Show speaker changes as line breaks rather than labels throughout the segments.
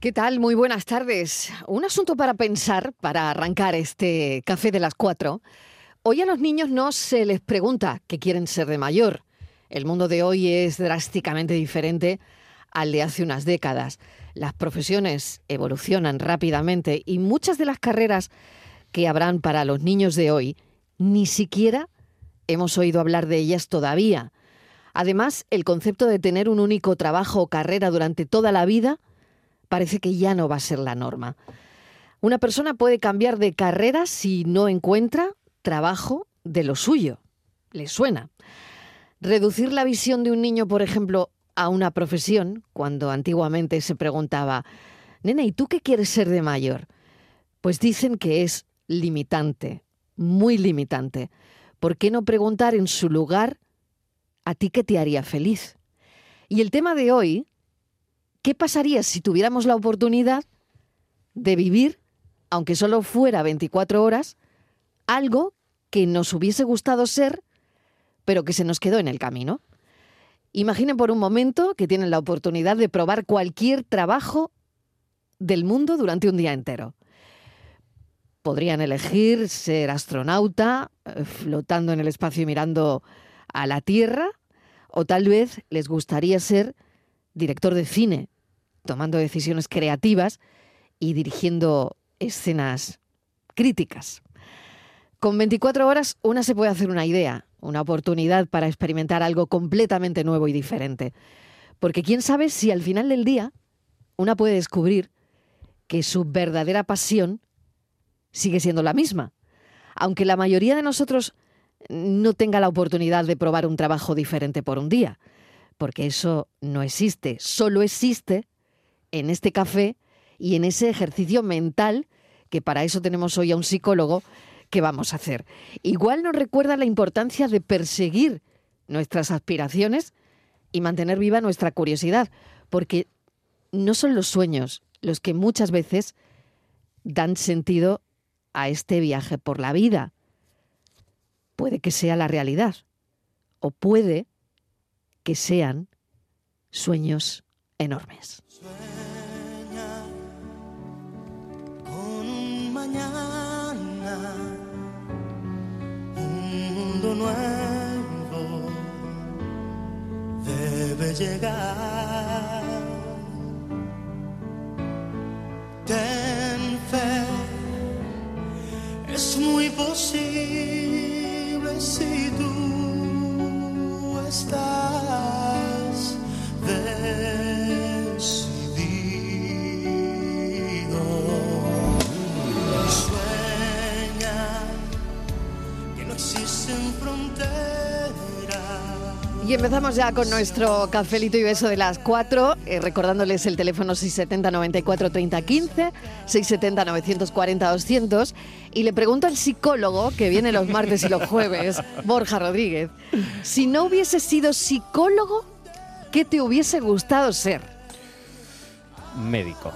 ¿Qué tal? Muy buenas tardes. Un asunto para pensar, para arrancar este café de las cuatro. Hoy a los niños no se les pregunta qué quieren ser de mayor. El mundo de hoy es drásticamente diferente al de hace unas décadas. Las profesiones evolucionan rápidamente y muchas de las carreras que habrán para los niños de hoy ni siquiera hemos oído hablar de ellas todavía. Además, el concepto de tener un único trabajo o carrera durante toda la vida parece que ya no va a ser la norma. Una persona puede cambiar de carrera si no encuentra trabajo de lo suyo. ¿Le suena? Reducir la visión de un niño, por ejemplo, a una profesión, cuando antiguamente se preguntaba, nene, ¿y tú qué quieres ser de mayor? Pues dicen que es limitante, muy limitante. ¿Por qué no preguntar en su lugar a ti qué te haría feliz? Y el tema de hoy, ¿qué pasaría si tuviéramos la oportunidad de vivir, aunque solo fuera 24 horas, algo que nos hubiese gustado ser, pero que se nos quedó en el camino? Imaginen por un momento que tienen la oportunidad de probar cualquier trabajo del mundo durante un día entero. Podrían elegir ser astronauta, eh, flotando en el espacio y mirando a la Tierra, o tal vez les gustaría ser director de cine, tomando decisiones creativas y dirigiendo escenas críticas. Con 24 horas una se puede hacer una idea, una oportunidad para experimentar algo completamente nuevo y diferente. Porque quién sabe si al final del día una puede descubrir que su verdadera pasión sigue siendo la misma. Aunque la mayoría de nosotros no tenga la oportunidad de probar un trabajo diferente por un día porque eso no existe, solo existe en este café y en ese ejercicio mental que para eso tenemos hoy a un psicólogo que vamos a hacer. Igual nos recuerda la importancia de perseguir nuestras aspiraciones y mantener viva nuestra curiosidad, porque no son los sueños los que muchas veces dan sentido a este viaje por la vida. Puede que sea la realidad, o puede que sean sueños enormes.
Sueña con un mañana, un mundo nuevo debe llegar. Ten fe, es muy posible si tú estás.
Y empezamos ya con nuestro cafelito y beso de las 4, eh, recordándoles el teléfono 670 94 30 15, 670 940 200 y le pregunto al psicólogo que viene los martes y los jueves, Borja Rodríguez, si no hubiese sido psicólogo, ¿qué te hubiese gustado ser?
Médico.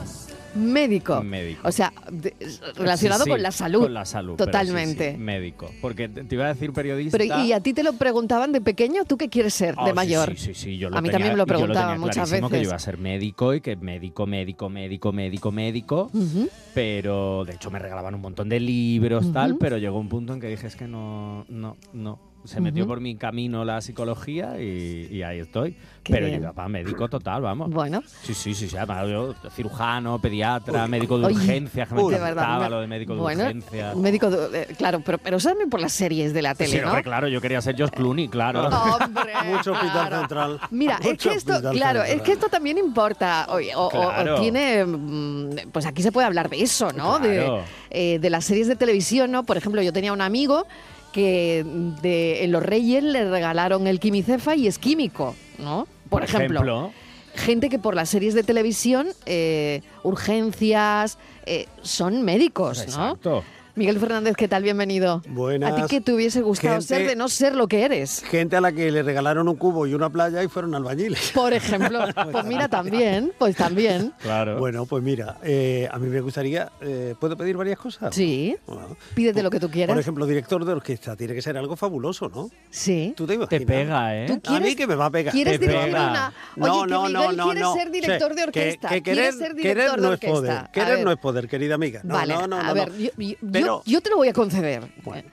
Médico.
Médico.
O sea, de- relacionado
Sí, sí,
con la salud.
Con la salud. pero sí,
Totalmente.
sí, médico. Porque te te iba a decir periodista.
Pero y a ti te lo preguntaban de pequeño, ¿tú qué quieres ser
Oh,
de
sí,
mayor?
Sí, sí, sí, yo lo
a mí
tenía-
también me lo
yo tenía
preguntaban muchas
clarísimo
veces.
que yo iba a ser médico y que médico, médico, médico, médico, médico.
Ujú.
Pero de hecho me regalaban un montón de libros,
Ujú.
tal. Pero llegó un punto en que dije, es que no, no, no. Se metió
Ujú.
por mi camino la psicología y, y ahí estoy.
Qué
pero
bien.
yo iba para médico total, vamos.
Bueno,
Sí, sí, sí, sí. además yo, cirujano, pediatra, médico de
Uy.
urgencias, que me
de verdad.
encantaba
una-
lo de médico de
bueno,
urgencias.
Médico de- eh, claro, pero, pero eso también por las series de la tele,
Sí,
¿no? Ah,
hombre, claro, yo quería ser George Clooney, claro.
Hombre,
Mucho hospital
claro.
central.
Mira, es
Mucho
que esto,
hospital
claro, es
central.
que esto también importa. O, o- o-
Claro.
o tiene, mm, pues aquí se puede hablar de eso, ¿no?
Claro.
De, eh, de las series de televisión, ¿no? Por ejemplo, yo tenía un amigo que de, en los Reyes le regalaron el quimicefa y es químico, ¿no? Por, gente que por las series de televisión, eh, urgencias, eh, son médicos, ¿no?
Exacto.
Miguel Fernández, ¿qué tal? Bienvenido.
Buenas.
¿A ti qué te hubiese gustado
Gente-
ser de no ser lo que eres?
Gente a la que le regalaron un cubo y una playa y fueron albañiles.
Por ejemplo, pues mira, también, pues también.
Claro.
Bueno, pues mira, eh, a mí me gustaría. eh, ¿Puedo pedir varias cosas?
Sí,
Bueno.
pídete lo que tú quieras.
Por ejemplo, director de orquesta, tiene que ser algo fabuloso, ¿no?
sí.
Tú te imaginas.
te pega, ¿eh?
¿Tú
A
quieres-
mí que me va a pegar.
¿Quieres
Te
dirigir
pega.
una? Oye,
No,
que
no,
Miguel
no, no,
quiere
no.
ser director
Sí,
de orquesta.
Que, que
quiere
querer,
ser director
querer
de
no es
orquesta.
poder.
A
Querer
ver.
no es poder, querida amiga. No,
vale,
no, no,
a
no,
ver,
no.
yo, yo-
Pero-
yo te lo voy a conceder.
Bueno.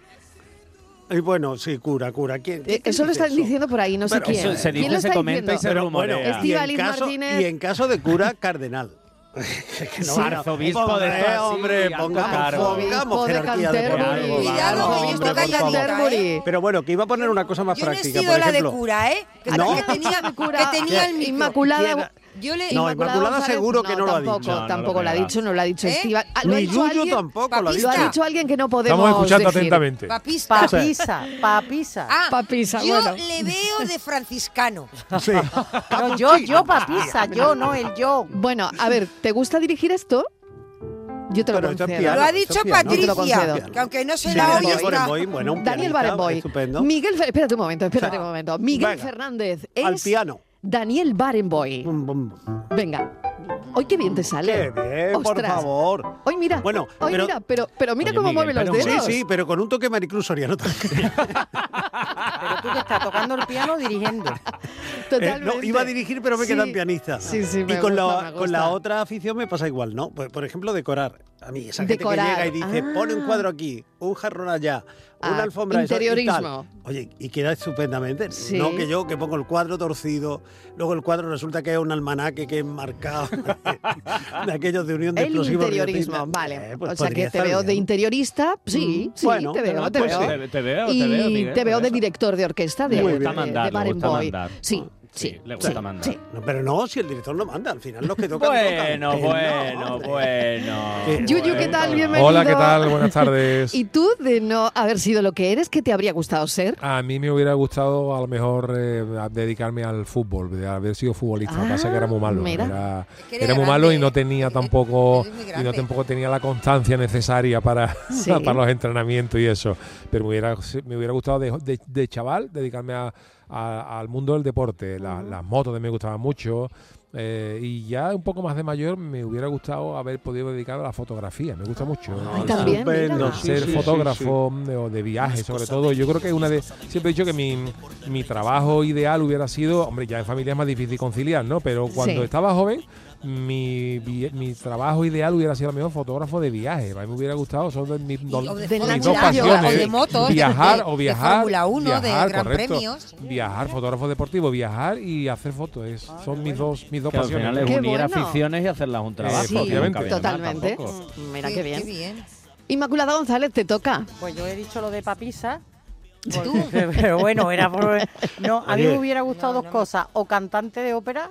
Y bueno, sí, cura, cura. ¿Quién,
Eh,
quién
eso lo
dice
están diciendo por ahí, no sé
Pero-
quién.
Eso se
¿Quién
dice,
lo
se
está
comenta y
diciendo?
se
Pero
rumorea.
bueno, y en,
Estíbaliz
caso,
Martínez.
y en caso de cura, cardenal. Que no,
Arzobispo
hombre,
de esto, sí,
hombre,
alto
pongamos,
cargo.
pongamos
Arzobispo de
jerarquía de por
Canterbury.
medio.
Cuidado,
Vamos,
obispo
hombre,
de
por favor.
Canterbury.
Pero bueno, que iba a poner una cosa más
Yo no he
práctica,
sido
por
la de
ejemplo.
cura, ¿eh? Que
No.
tenía- que tenía,
Cura.
que tenía el micro.
Inmaculada.
Yo le
No, Inmaculada
González,
seguro que no lo ha dicho.
Tampoco,
No, no
tampoco
lo
lo ha
pega.
dicho, no lo ha dicho
¿Eh?
Estíbal. Ah, Lo ha
Ni
dicho
Yuyu
alguien-
tampoco lo ha
Lo
dicho.
ha
Papista.
dicho alguien que no podemos
Estamos escuchando
decir.
atentamente.
papista.
Papisa, papisa.
Ah,
Papisa,
yo
bueno.
le veo de franciscano.
Sí.
No, yo, yo
Ah,
papisa, yo, no el yo.
Bueno, a ver, ¿te gusta dirigir esto? Yo te lo
Pero esto es
concedo.
piano.
Lo ha dicho
Sofía, ¿no?
Yo te lo
Patricia,
concedo.
que aunque no se
Sí,
la
Daniel
oye,
hoy está-
Daniel
está...
Barenboim, bueno, un
Daniel
pianista
Barenboy.
Estupendo.
Miguel, Fer- espérate un momento, espérate
Chao.
un momento. Miguel
Venga.
Fernández
Al
es
piano.
Daniel Barenboy.
Bum, bum, bum.
Venga. Hoy qué bien te
Qué
sale.
bien, por
Ostras.
favor.
Hoy mira,
Bueno,
hoy
pero-
mira, pero, pero mira
Oye,
cómo mueve
Miguel,
los
pero-
Sí,
dedos.
sí, pero con un toque Maricruz Soriano también.
Pero tú que estás tocando el piano o dirigiendo.
Eh,
Totalmente.
no, iba a dirigir, pero me
Sí.
quedan pianistas.
Sí, sí, me
y con,
gusta,
la,
me
con la
gusta.
otra afición me pasa igual, ¿no? Por, por ejemplo, decorar. A mí, esa gente
Decorar.
que llega y dice,
Ah.
pone un cuadro aquí, un jarrón allá,
Ah,
una alfombra eso", y tal.
interiorismo.
Oye, y queda estupendamente.
Sí.
No que yo, que pongo el cuadro torcido, luego el cuadro resulta que es un almanaque que es marcado de aquellos de unión de
El
explosivos.
interiorismo,
Riotintas.
vale.
Eh, pues
o sea que
podría
te
estar
veo de
bien.
interiorista, sí, sí,
Bueno,
te veo, te
pues
veo.
sí.
Te, te
y
veo, te veo, Miguel,
te veo
por
de
eso.
director de orquesta de,
Le
de,
gusta
mandar,
de
le gusta
Barenboy.
mandar.
Sí, sí,
Sí, le gusta
sí,
mandar.
sí.
No, pero no, si el director no manda, al final los que tocan. tocan.
Bueno,
Que no,
bueno,
hombre.
bueno.
Que-
Yuyu, ¿qué tal? Bienvenido.
Hola, ¿qué tal? Buenas tardes.
¿Y tú de no haber sido lo que eres, qué te habría gustado ser?
A mí me hubiera gustado a lo mejor eh, a- dedicarme al fútbol, de haber sido futbolista. Lo que pasa es que era muy malo.
Ah, mira.
Era,
Es que eres
era muy
grande,
malo y no
eh,
tenía
eh,
tampoco
eres muy
y
grande.
no tampoco tenía la constancia necesaria para,
Sí.
para los entrenamientos y eso. Pero me hubiera, me hubiera gustado de, de- de chaval dedicarme a- a- al mundo del deporte. La- Las motos también me gustaban mucho. eh, y ya un poco más de mayor me hubiera gustado haber podido dedicar a la fotografía. Me gusta mucho.
Ay, también,
estupendo,
mira.
sí,
ser
sí, sí,
fotógrafo mm, o de viaje sobre todo. Yo creo que una de siempre he dicho que mi, mi trabajo ideal hubiera sido, hombre, ya en familia es más difícil conciliar, ¿no? Pero cuando
Sí.
estaba joven mi, vi- mi trabajo ideal hubiera sido a lo mejor fotógrafo de viaje. A mí me hubiera gustado, son de mis, dos-
o de
mis
Fórmula
dos
uno,
pasiones.
o de
motos,
viajar
de-
o
de
viajar.
Fórmula uno, de
viajar,
Gran
correcto.
Premios.
Viajar, fotógrafo deportivo, viajar y hacer fotos. es- son mis dos, mis dos
Que al
pasiones. Eh,
final es
Qué
unir
bueno.
aficiones y hacerlas un trabajo.
Sí,
que nunca viene mal
totalmente.
tampoco.
Mm, Mira, qué bien.
Qué bien.
Inmaculada González, te toca.
Pues yo he dicho lo de papisa. porque- Pero bueno, era por... No, a mí
Oye.
me hubiera gustado dos cosas, o cantante de ópera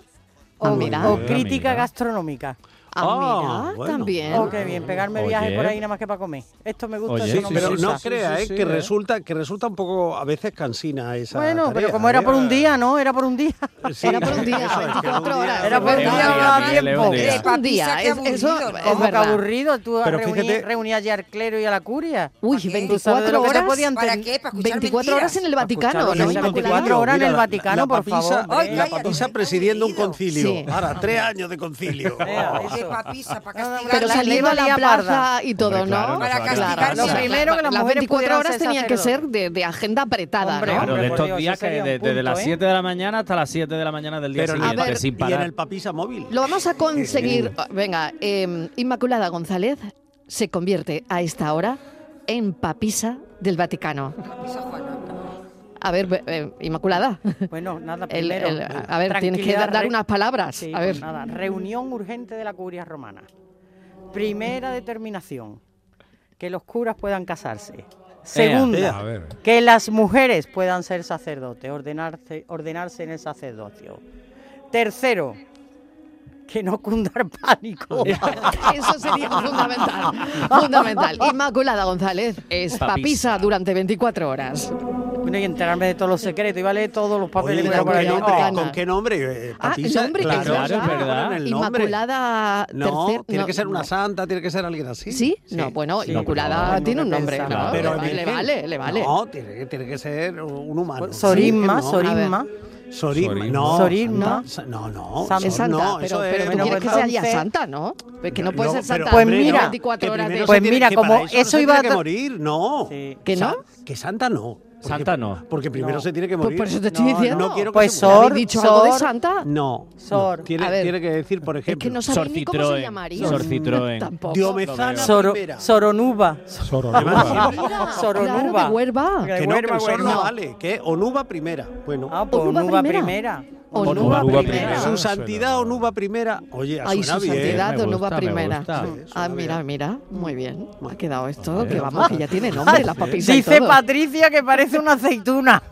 o,
Ah, mira.
o crítica
Mira.
gastronómica.
Ah,
Ah,
mira,
bueno.
también.
Oh, qué bien, pegarme
Oye.
viaje por ahí nada más que para comer. Esto me gusta,
Oye,
eso
Sí,
no
sí,
me
pero
sí,
gusta.
no
sí,
crea,
sí,
¿eh?
sí,
que
¿eh?
resulta que resulta un poco a veces cansina esa
Bueno, pero
tarea,
como era
¿eh?
por un día, ¿no? Era por un día.
Sí,
Era por un día,
eso es, que
24 horas.
Era por un
Era
día,
un
no
día,
daba
Miguel, era un
tiempo.
día.
Eh, papisa,
Un día,
qué
es- eso-
aburrido, ¿no?
es
Como que
verdad.
aburrido, tú
Pero
reuní-
fíjate-
reunías ya al clero y a la curia.
Uy,
¿Para qué?
24
¿Tú sabes de lo que te
horas.
podían
¿Para
tener?
qué? ¿Para escuchar
24 horas en el Vaticano,
escuchar
¿no?
misa,
Inmaculada?
24 horas en el
Mira, la-
Vaticano,
la
por
papisa-
favor.
Ay,
la
cállate,
papisa
está
presidiendo un
aburrido.
concilio.
Sí.
Ahora, tres años de concilio.
Vea,
Qué
eso.
papisa, para castigar.
Pero
La
saliendo a la
lía
plaza
parda.
y todo,
Hombre, claro,
¿no?
no
Para
se va a
castigar.
quedar
Lo
así.
primero
que las mujeres
24 horas
pudieran ser
tenían que ser
sacerdotes.
de, de agenda apretada,
Hombre,
¿no?
Claro,
hombre,
de
por
estos
Dios,
días
eso
que
sería un
de- desde
punto,
las
¿eh?
7 de la mañana hasta las 7 de la mañana del día
Pero en el-
A
siguiente,
ver,
sin
y en
parar.
el papisa móvil.
Lo vamos a conseguir. Venga, eh, Inmaculada González se convierte a esta hora en papisa del Vaticano.
Papisa, Juana.
A ver, eh, Inmaculada,
Bueno, nada,
el-
primero.
el- a ver, tienes que
tranquilidad,
dar
re-
unas palabras.
Sí,
a
pues
ver,
nada. Reunión urgente de la curia romana. Primera determinación: que los curas puedan casarse. Segunda,
ea.
A ver.
que las mujeres puedan ser sacerdotes, ordenarse, ordenarse en el sacerdocio. Tercero, que no cunda el pánico.
eso sería fundamental. fundamental. Inmaculada González es papisa
Papisa.
durante 24 horas.
Bueno, y enterarme de todos los secretos. Iba a leer todos los
Oye,
papeles que
pero
había
¿con,
por
que
qué
ahí.
no
nombre,
Gana.
Oh,
¿Con qué nombre? Eh,
Ah, el
Patisa,
nombre,
claro,
es verdad.
claro, es verdad. Ah, El nombre.
Inmaculada
No,
tercer-
tiene
no,
que ser una
no.
santa, tiene que ser alguien así.
¿Sí? No, bueno,
Sí,
Inmaculada
pero no,
tiene
no
un nombre.
pensaba.
¿no?
Pero
le, vale, le
virgen.
vale, le vale.
No, tiene, que- tiene que ser un humano.
Sorisma,
Sí, no.
sorisma.
Sorisma. No.
Sorisma.
santa- No, no.
Santa.
sor-
Es santa,
no,
pero,
eso
pero
es-
tú
bueno,
quieres que
pues
sea día
entonces-
santa, ¿no? Es que no
Pero-
puede ser
pero,
santa
Pues
hombre,
mira,
no,
24
que
horas de...
primero
Pues
se tiene-
mira,
que
como
para
eso
se tiene
iba a
que
tra-
morir, no.
Sí.
¿Que no?
Sa- Que santa no. Porque-
Santa no.
Porque primero
No.
se tiene que
Pues
morir.
por eso te estoy diciendo.
No, quiero que
Pues
se
¿Le
muera.
habéis
Sor,
dicho algo de
Sor.
santa?
No. no.
Sor.
A
Tiene,
ver.
tiene que decir, por
Es
ejemplo.
que no sabéis ni cómo se
Citroën.
llamaría.
Sor Citroën.
Tampoco.
Diomezana
Soro-
primera.
Soronuba.
Soronuba.
Mira,
Soronuba.
Claro, de Huerva.
Claro.
que no, que
Huerva,
el Sor
Huerva.
Ah, no vale. Que Onuba primera. Bueno.
Ah, pues
Onuba
Onuba
primera.
primera.
Onuba primera.
Su
suena,
santidad
¿no?
Onuba primera. Oye,
Ay,
suena
su
bien.
santidad,
me
Don Uva
gusta, me
Primera.
gusta.
Sí, ah, mira, mira, muy bien. Ha quedado esto,
Hombre,
que vamos, que ya tiene nombre la papisa y
Dice
todo.
Patricia que parece una aceituna.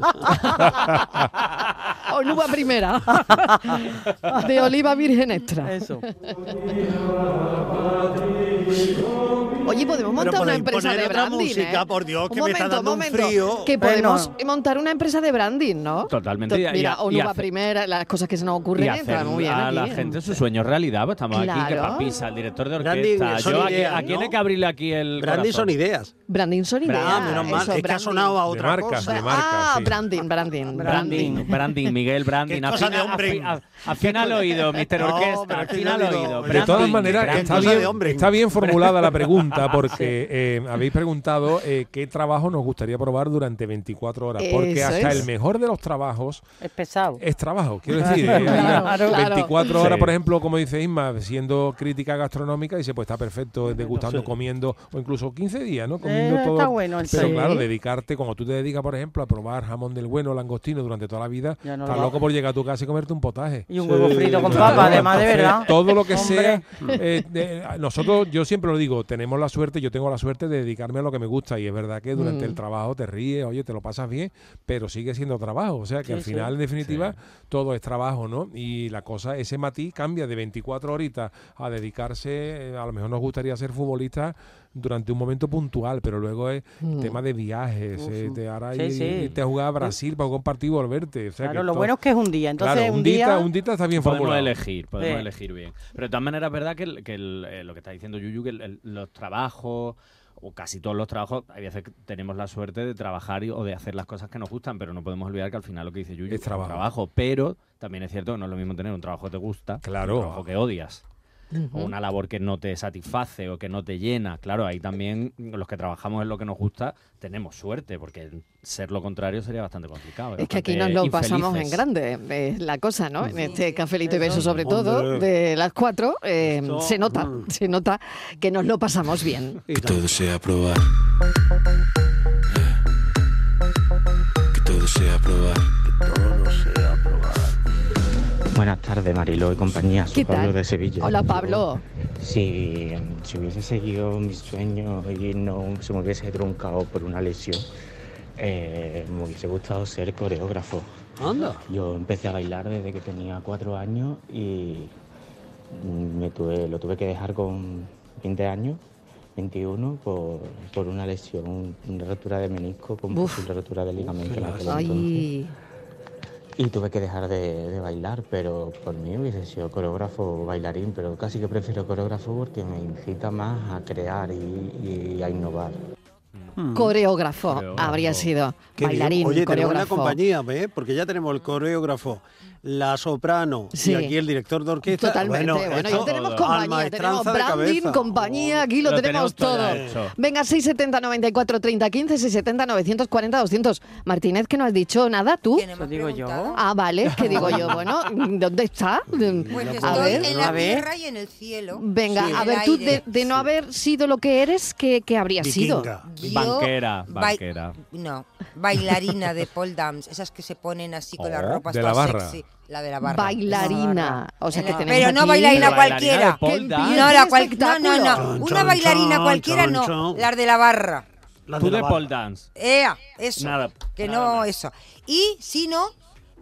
Onuba Primera. De oliva virgen extra.
Eso.
Oye, podemos montar
Pero
una
podéis
empresa
poner
de
otra
branding,
música,
¿eh?
por Dios,
Un
que me está
momento,
dando un
momento,
frío.
Que
Bueno.
podemos montar una empresa de branding, ¿no?
Totalmente,
To-
y a- y
Mira,
a- y
Onuba
hacer-
Primera, las cosas que se nos
Y
ocurren
hacer
entran muy bien
a
aquí.
la gente su sueño realidad. Pues estamos aquí, que
Claro.
papisa, el director de
Branding,
orquesta.
eh, son
Yo aquí,
ideas,
aquí
¿no?
hay que abrirle aquí el
Brandy
corazón.
son ideas.
Branding son ideas.
Ah, menos mal.
eso,
es que ha
branding.
sonado a
De
otra
marcas,
cosa.
de marcas.
Ah,
sí.
branding, branding, branding.
Branding, branding, Miguel, branding.
Qué cosa de
Afina-
hombre.
afi- a- afina el oído, Mr.
No,
Orquesta.
pero es que
Afina
yo
el
digo,
oído.
de
De todas
branding,
maneras,
branding.
está
cosa
bien,
de hombre.
está bien formulada la pregunta porque eh, habéis preguntado eh, qué trabajo nos gustaría probar durante 24 horas. Porque
Eso
hasta
es.
el mejor de los trabajos
Es pesado.
es trabajo. Quiero decir, eh, hay
Claro,
unas
claro.
24 horas,
Sí.
por ejemplo, como dice Isma, siendo crítica gastronómica, dice, pues está perfecto, eh, degustando, comiendo, o incluso 15 días, ¿no? Comiendo
Eh,
todo.
está bueno el
Pero
sí.
claro, dedicarte, cuando tú te dedicas, por ejemplo, a probar jamón del bueno, langostino durante toda la vida,
Ya no lo
estás
hago.
loco por llegar a tu casa y comerte un potaje.
Y un huevo frito con
Entonces,
papa,
todo,
además de
entonces,
verdad.
Todo lo que
Hombre.
sea. eh, de- nosotros, yo siempre lo digo, tenemos la suerte, yo tengo la suerte de dedicarme a lo que me gusta y es verdad que durante
Mm.
el trabajo te ríes, oye, te lo pasas bien, pero sigue siendo trabajo. O sea que
Sí,
al
sí.
final, en definitiva, todo es trabajo, ¿no? Y la cosa, ese matiz cambia de 24 horitas a dedicarse, eh, a lo mejor nos gustaría ser futbolista durante un momento puntual, pero luego es
Mm.
tema de viajes, eh, te hará
Sí,
ir-
sí.
irte a jugar a Brasil para compartir y volverte. O sea,
Claro,
que
lo
todo-
bueno es que es un día. Entonces,
claro,
un
dita-
día.
un dita está bien
podemos
formulado.
elegir, podemos
Sí.
elegir bien. Pero de todas maneras es verdad que, el- que el- eh, lo que está diciendo Yuyu, que el- el- los trabajos, o casi todos los trabajos, hay veces que tenemos la suerte de trabajar y- o de hacer las cosas que nos gustan, pero no podemos olvidar que al final lo que dice Yuyu
Es trabajo.
Pero también es cierto que no es lo mismo tener un trabajo que te gusta, que
Claro.
un trabajo que odias. O una labor que no te satisface o que no te llena. Claro, ahí también los que trabajamos en lo que nos gusta tenemos suerte, porque ser lo contrario sería bastante complicado.
Es que aquí nos
bastante
lo pasamos en
infelices.
grande, es la cosa, ¿no? En este cafelito y beso sobre todo,
Hombre.
de las cuatro, eh,
Esto,
se nota,
mm.
se nota que nos lo pasamos bien.
Y
Que
tal.
todo sea probar. Que todo sea probar.
Buenas tardes, Marilo y compañía. Soy
¿Qué
Pablo
tal?
de Sevilla.
Hola Pablo,
Si, si hubiese seguido mis sueños y no se me hubiese truncado por una lesión, eh, me hubiese gustado ser coreógrafo.
Anda.
Yo empecé a bailar desde que tenía cuatro años y me tuve, lo tuve que dejar con 20 años, 21, por, por una lesión, una rotura de menisco con
Uf.
posible rotura de ligamento. en aquel entonces.
ay,
Y tuve que dejar de, de bailar, pero por mí hubiese sido coreógrafo o bailarín, pero casi que prefiero coreógrafo porque me incita más a crear y, y a innovar.
coreógrafo
Coreógrafo.
habría sido,
Mm. Qué bien.
bailarín,
Oye, tenemos una
coreógrafo.
compañía, ¿eh? porque ya tenemos el coreógrafo, la soprano
Sí.
y aquí el director de orquesta.
Totalmente, bueno, ya
esto-
tenemos
todo.
compañía, tenemos
Almaestranza de
branding,
cabeza.
compañía, aquí lo,
Oh, Lo
tenemos,
tenemos todo
todo.
hecho.
Venga, 670 94 30 15, 670 940 200. Martínez, que no has dicho nada tú.
¿Quién hemos
digo yo.
preguntado?
Ah, vale, es que digo yo, bueno, ¿dónde está?
Pues que
A
estoy
ver.
en
a
la
ver.
tierra y en el cielo.
Venga,
Sí.
a
En
ver,
el
tú de,
aire.
de no haber sido lo que eres, ¿qué, qué habrías sido?
Vikinga.
Yo-
Banquera,
ba-
banquera.
No, bailarina de pole dance, esas que se ponen así con las
Oh,
ropas
de
todas
la barra.
sexy. La de la barra.
Bailarina. O sea,
En
que
la-
tenemos
Pero no
aquí-
bailarina
Pero
cualquiera.
bailarina de pole
Que
dance.
empiece
No, la cual- no,
espectáculo.
no,
Chon,
no. Una
chon,
bailarina
chon,
cualquiera
chon,
no.
chon.
Las de la barra.
La
Tú de
la
pole
barra.
dance.
Ea, eso.
Nada,
que
nada,
no,
nada.
eso. Y si no,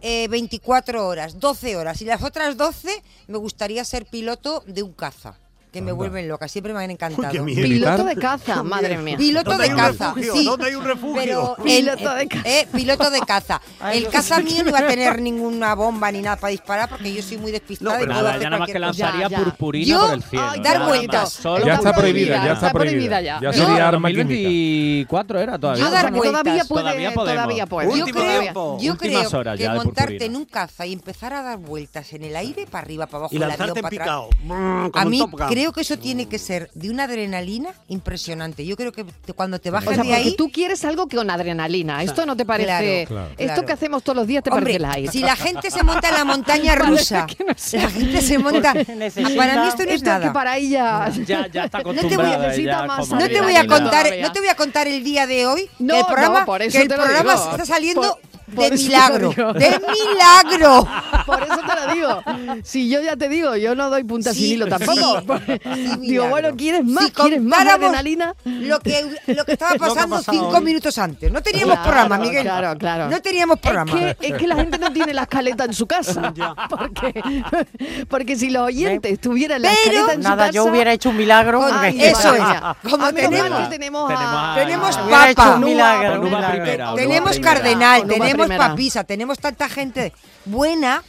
eh, 24 horas, 12 horas. Y las otras 12 me gustaría ser piloto de un caza. que me
Anda.
vuelven loca. Siempre me han encantado.
Uy, qué miedo.
Piloto
¿Militar?
de caza, madre mía.
Piloto
¿Dónde
de
hay un
caza.
refugio?
sí.
¿Dónde hay un refugio?
Pero
Piloto
el-
de caza.
eh, piloto de caza.
Ay,
El
Dios.
caza mío no va a tener ninguna bomba ni nada para disparar porque yo soy muy despistada
No,
y
pero
puedo
Nada,
hacer
ya nada más que
cualquier cosa.
lanzaría
Ya, ya.
purpurina
Yo,
por el cielo.
ay,
nada
dar
más,
vueltas.
solo
Ya
por
está prohibida,
purpurina.
ya está prohibida.
ya.
Ya
No,
sería arma química.
2024 era todavía.
Yo
Ah, o sea
dar
que todavía
vueltas.
puede,
Todavía podemos.
todavía puede.
Yo
Último
creo,
tiempo.
yo
Últimas
creo
horas
que
ya de
montarte
purpurina.
en un caza y empezar a dar vueltas en el aire para arriba, para abajo,
Y
el
lanzarte
avión
en
para atrás.
picado. mm, como
A
en
mí
Top Gun.
creo que eso tiene que ser de una adrenalina impresionante. Yo creo que te- cuando te
O
bajas
sea,
de
porque
ahí,
tú quieres algo que con adrenalina. Esto no te parece.
Claro, claro.
Esto
Claro.
que hacemos todos los días te
hombre,
parece la aire.
si la gente se monta en la montaña
Parece
rusa,
que no sé.
la gente se monta. Ah,
Necesita-
Para mí esto no es
Esto que
nada.
para ella.
Ya, ya está
voy a-
acostumbrada.
necesita
ya
más
como
No te
Mira,
voy a
mira.
vida.
contar,
Todavía.
no te voy a contar el día de hoy que
No,
el programa,
no, por eso
que el
te lo
programa
digo.
se está saliendo
Por- por
de
eso te lo
milagro,
digo.
de milagro.
Por eso te lo digo. Si yo ya te digo, yo no doy punta sin
Sí,
hilo
sí,
tampoco.
sí,
digo,
milagro.
bueno, ¿quieres más?
Si
¿Quieres más
comparamos
adrenalina?
Lo que, lo que estaba
Lo que ha
pasando
pasado
cinco
hoy.
minutos antes. No teníamos
Claro,
programa, Miguel.
claro, claro.
No teníamos programa.
Es que, es que la gente no tiene la escaleta en su casa. Porque, porque si los oyentes tuvieran la
Pero-
escaleta en su
Nada,
casa.
yo hubiera hecho un milagro.
Con-
porque-
Ay,
Eso
madre
es.
mía.
Como
Ah, menos mal
tenemos-
que tenemos a-
tenemos
Yo hubiera hecho
Papa.
un milagro,
Con
un
uva
milagro.
primera. Ahora,
tenemos
Nueva
cardenal,
Primera.
tenemos
Nueva
papisa, tenemos tanta gente buena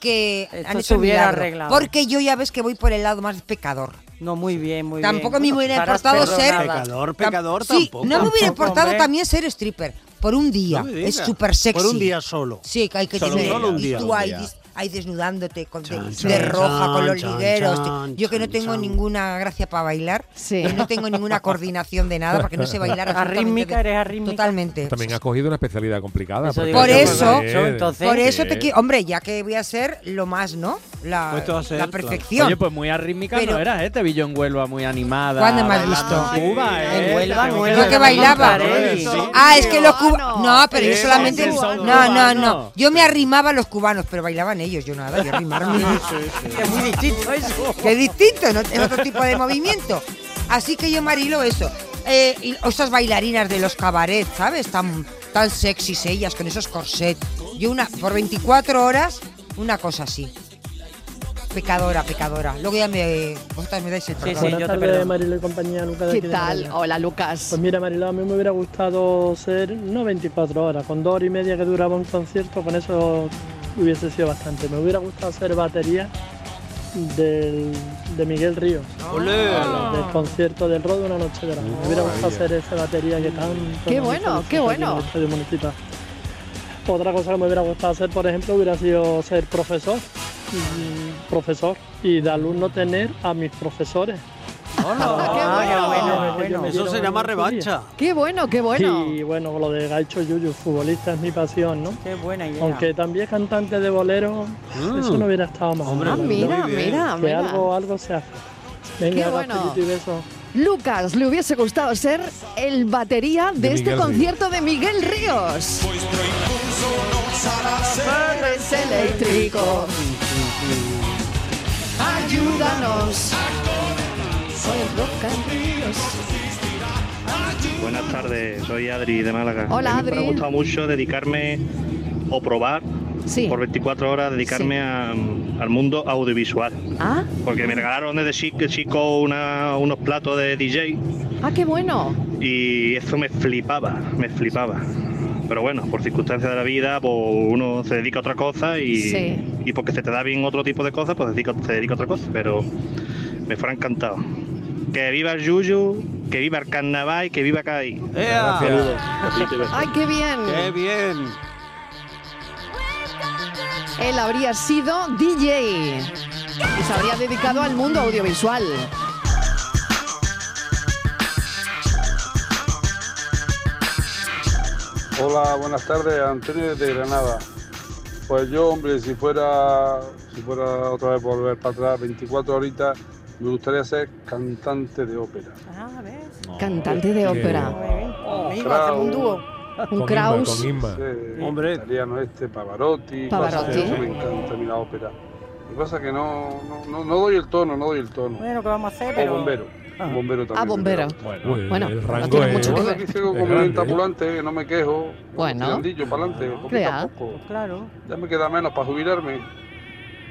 que
Esto
han
se
hecho un
hubiera
milagro.
arreglado.
Porque yo ya ves que voy por el lado más pecador.
No, muy bien, muy
Tampoco me
bien.
hubiera
Estarás
importado ser-
perdonada.
Pecador,
Tam-
pecador
sí,
tampoco.
No me hubiera
Tampoco,
importado
hombre.
también ser stripper. Por un día.
No me
es
digas.
súper sexy.
Por un día solo.
Sí, que hay que
Solo
tener.
un día.
y
Solo
tú
un
ahí,
día.
dis- ahí desnudándote con, de,
Chan,
de
chan,
roja con los
chan,
ligueros.
chan,
Yo que no
chan,
tengo
chan.
ninguna gracia para bailar.
Sí.
y no tengo ninguna coordinación de nada porque no sé bailar. absolutamente
Arrítmica,
de-
eres arrítmica.
Totalmente.
También has cogido una especialidad complicada.
Eso
porque
digo
Por
yo,
eso-
porque yo, entonces- eh,
Por eso te
Sí.
quiero. Hombre, ya que voy a ser lo más, ¿no? La,
Pues te va a ser,
la
claro.
perfección.
Oye, pues muy arrítmica
Pero-
no eras, ¿eh? Te vi yo en Huelva muy animada.
¿Cuándo me has
bailando
visto?
en Cuba,
Ay,
¿eh?
en
Huelva,
Te vi
en Huelva.
Yo que bailaba.
Montaré,
Sí.
sí.
Ah, es que los
Cubano.
cubanos. No, pero yo
Sí,
solamente.
sí, sí,
No,
son
no,
cubanos.
no. Yo me arrimaba a los cubanos, pero bailaban ellos. Yo nada, yo arrimarme.
Es muy distinto eso.
Qué distinto, ¿no? es otro tipo de movimiento. Así que yo marilo eso. Eh, y esas bailarinas de los cabarets, ¿sabes? Tan, tan sexys ellas, con esos corsets. Yo una, por 24 horas, una cosa así. Pecadora, pecadora. Luego ya me. Vosotras me dais el
Sí,
perdón.
sí, yo te perdono.
Marilo y compañía, Lucas de
¿Qué
aquí de
tal?
Marbella.
Hola, Lucas.
Pues mira, Marilo, a mí me hubiera gustado ser no 24 horas, con dos horas y media que duraba un concierto, con eso hubiese sido bastante. Me hubiera gustado ser batería del, de Miguel Ríos, del concierto del Rodo Una Noche de la Me hubiera gustado ser esa batería que tanto.
Qué
nos
bueno,
hizo
qué
disfrutar
bueno.
en el estadio municipal. Otra cosa que me hubiera gustado hacer, por ejemplo, hubiera sido ser profesor, mm, profesor y de alumno tener a mis profesores.
Ah,
Ah,
qué bueno, bueno.
Eso se llama revancha.
Qué bueno, qué bueno.
Y bueno, lo de Gaicho Yuyu, futbolista, es mi pasión, ¿no?
Qué buena idea.
Aunque también cantante de bolero, eso no hubiera estado más.
Ah. Hombre,
Ah,
muy
mira,
bien.
mira,
que
mira.
algo, algo se hace. Venga,
Qué
abrazo,
bueno.
besito y beso.
Lucas, le hubiese gustado ser el batería de,
De
este
Miguel
concierto de Miguel Ríos. Corres eléctrico. Ayúdanos.
Buenas tardes, soy Adri de Málaga.
Hola,
A mí Me ha
Adri.
gustado mucho dedicarme o probar
Sí.
por 24 horas, dedicarme
Sí.
a- al mundo audiovisual.
Ah,
Porque me regalaron desde chico, chico una- unos platos de DJ
ah, qué bueno.
y eso me flipaba, me flipaba. Pero bueno, por circunstancias de la vida, pues uno se dedica a otra cosa y,
Sí.
y porque se te da bien otro tipo de cosas, pues dedica- se dedica a otra cosa. Pero me fuera encantado. Que viva el Yuyu, que viva el carnaval y que viva Cádiz.
¡Ea!
Gracias.
Ay, qué bien.
¡Qué bien!
Él habría sido DJ y se habría dedicado al mundo audiovisual.
Hola, buenas tardes, Antonio de Granada. Pues yo, hombre, si fuera, si fuera otra vez volver para atrás 24 horitas, me gustaría ser cantante de ópera.
Ah, ¿ves?
Cantante de
Qué
ópera.
Muy bien. Conmigo,
Bravo.
hacemos un dúo.
Oh, Un
Con Inma,
Kraus.
con Inma.
Ese
Hombre.
Italiano este, Pavarotti.
Pavarotti.
cosas de eso, me encanta a mí la ópera. Lo que pasa es que no, no, no, no doy el tono, no doy el tono.
Bueno, ¿qué vamos a hacer?
O
Pero...
bombero.
Ah.
Bombero también.
Ah, bombero.
Uy, el-
Bueno,
el
no
rango
tiene
es,
mucho que
Bueno,
ver.
aquí sigo
Es
como un
grande, ¿eh?
ambulante, no me quejo.
Bueno.
Tirandillo, pa'lante, poquito
Vea.
a poco.
Claro.
Ya me queda menos para jubilarme.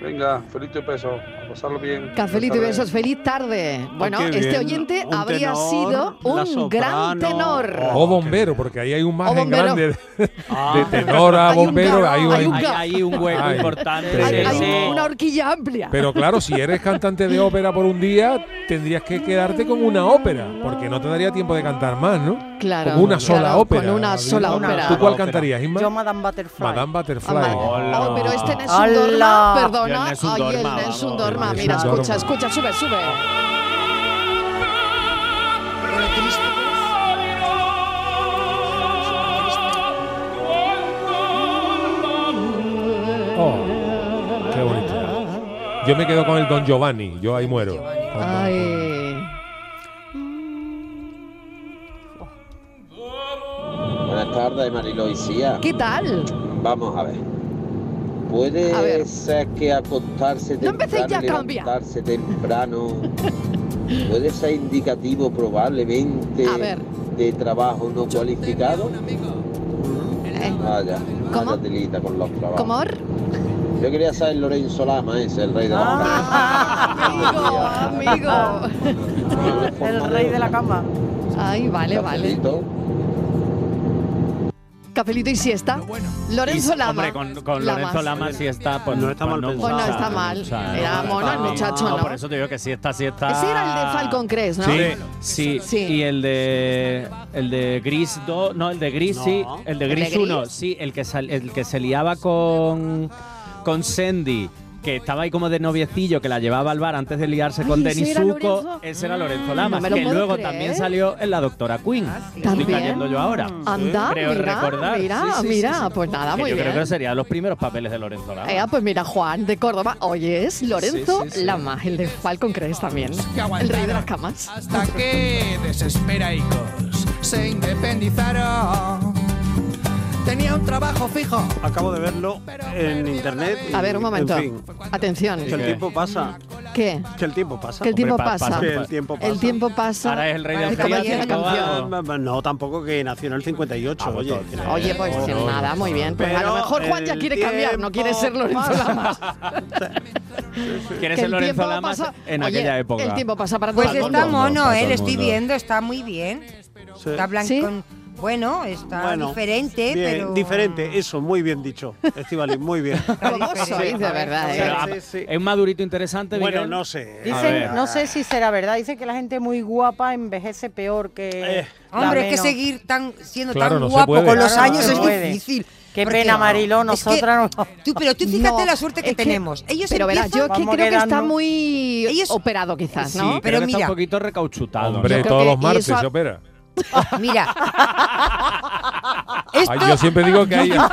Venga, felito y peso, a pasarlo bien.
Cafelito y besos, feliz tarde. Bueno,
qué
este
bien.
oyente
Un
habría
tenor,
sido
la
un gran tenor.
o bombero, porque ahí hay un margen
bombero.
grande de,
Ah.
de tenor a
Hay un
bombero.
gap,
Hay un,
hay un gap.
Hay un hueco
Ay,
importante.
pero-
Hay un- una horquilla amplia.
Pero claro, si eres cantante de ópera por un día, tendrías que quedarte con una ópera, porque no te daría tiempo de cantar más, ¿no?
Claro,
Con una sola
claro,
ópera.
con una sola
¿Tú
ópera.
¿Tú cuál cantarías, Isma?
Yo, Madame Butterfly.
Madame Butterfly.
Oh, pero este no es
Hola.
un dorma,
Y el
perdona.
Nelson
Ay, el
Dorma,
Nelson
vamos.
Dorma.
El
Mira,
Nelson
escucha,
Dorma.
escucha, sube, sube.
Oh, qué bonito. Yo me quedo con el Don Giovanni, yo ahí muero. Con Don-
Ay.
Buenas tardes, Marilo y Sia.
¿Qué tal?
Vamos a ver. Puede
A ver.
ser que acostarse
No empecéis
temprano,
ya a
y
cambiar.
levantarse temprano, puede ser indicativo probablemente
A ver.
de trabajo no cualificado.
Eh,
Vaya, vaya telita con los trabajos.
¿Cómo? or?
Yo quería saber Lorenzo Lama, ese, el rey de la
Ah, Amigo, amigo.
El rey de la cama.
Ay, vale, vale.
Cafelito.
Cafelito y siesta. Lorenzo
Y,
Lama.
Hombre, con, con
Lamas.
Lorenzo Lamas sí está. Pues, no está mal
pensado. Pues no está mal. Era mono el muchacho, ¿no?
Por eso te digo que sí está, sí está.
Ese era el de Falcon Crest, ¿no?
Sí, sí, Y el de el de Gris 2, no, el de Gris sí, el de
¿El de
Gris
Gris?
1, sí, el que sal- el que se liaba con con Sandy. Que estaba ahí como de noviecillo, que la llevaba al bar antes de liarse
Ay,
con
¿ese
Denis
era
Zuko.
Lorenzo?
Ese era Lorenzo
Mm,
Lamas,
no me lo
que
puedo
luego
creer.
también salió en La Doctora Queen. Estoy
¿También?
cayendo yo ahora.
Anda,
creo
mira,
recordar.
mira,
Sí, sí, sí,
mira,
sí.
pues nada,
Que
muy
yo
bien.
creo que serían los primeros papeles de Lorenzo Lamas.
Eh, pues mira, Juan de Córdoba, oye, es Lorenzo
Sí, sí, sí.
Lama, el de Falcon Crest también, el rey de las camas.
Hasta que desesperaicos se independizaron. Tenía un trabajo fijo.
Acabo de verlo en internet. y,
A ver, un momento,
En fin,
atención.
que el tiempo pasa.
¿Qué?
Que el tiempo pasa.
Que el tiempo
Hombre, pa-
pasa.
Que el tiempo pasa.
El tiempo pasa. Ay, como dice la canción.
Ah, ah, No, tampoco que nació en el 58,
Ah,
oye.
Oye, pues
Oh,
sin
no.
nada, muy bien. Pues a
Pero eh,
lo mejor Juan ya
el
quiere cambiar, no quiere ser
tiempo
Lorenzo
pasa.
Lamas. Que
¿Quieres ser
el
Lorenzo
tiempo
Lamas
pasa-
en
Oye,
aquella época?
El tiempo pasa para
Pues
todo el
está
mundo.
mono,
para
eh, le
todo el
estoy
mundo.
viendo, está muy bien. Está blanco. Bueno, está
Bueno,
diferente,
bien,
pero.
Diferente, eso, muy bien dicho. Estivali, muy bien.
sois, de verdad, ¿eh?
Sí,
Pero, ah,
sí, sí.
Es un madurito interesante.
Bueno,
Miguel.
no sé.
A ver.
Dicen, no sé si será verdad, dicen que la gente muy guapa envejece peor que. la
Hombre, es que
menos.
seguir tan, siendo
Claro,
tan
no se
guapo
puede.
con los
Claro, no
años
se
es
puede.
difícil.
Qué
Porque-
pena, Mariló,
Es que-
nosotras no.
Tú, pero tú fíjate
No,
la suerte que
es que-
tenemos. Ellos
pero verás, yo es que
empiezan-
creo que está muy operado quizás,
Sí,
¿no?
creo que está un poquito recauchutado.
Hombre,
¿no?
todos los martes se opera.
Mira.
Ay, yo siempre digo que hay. yo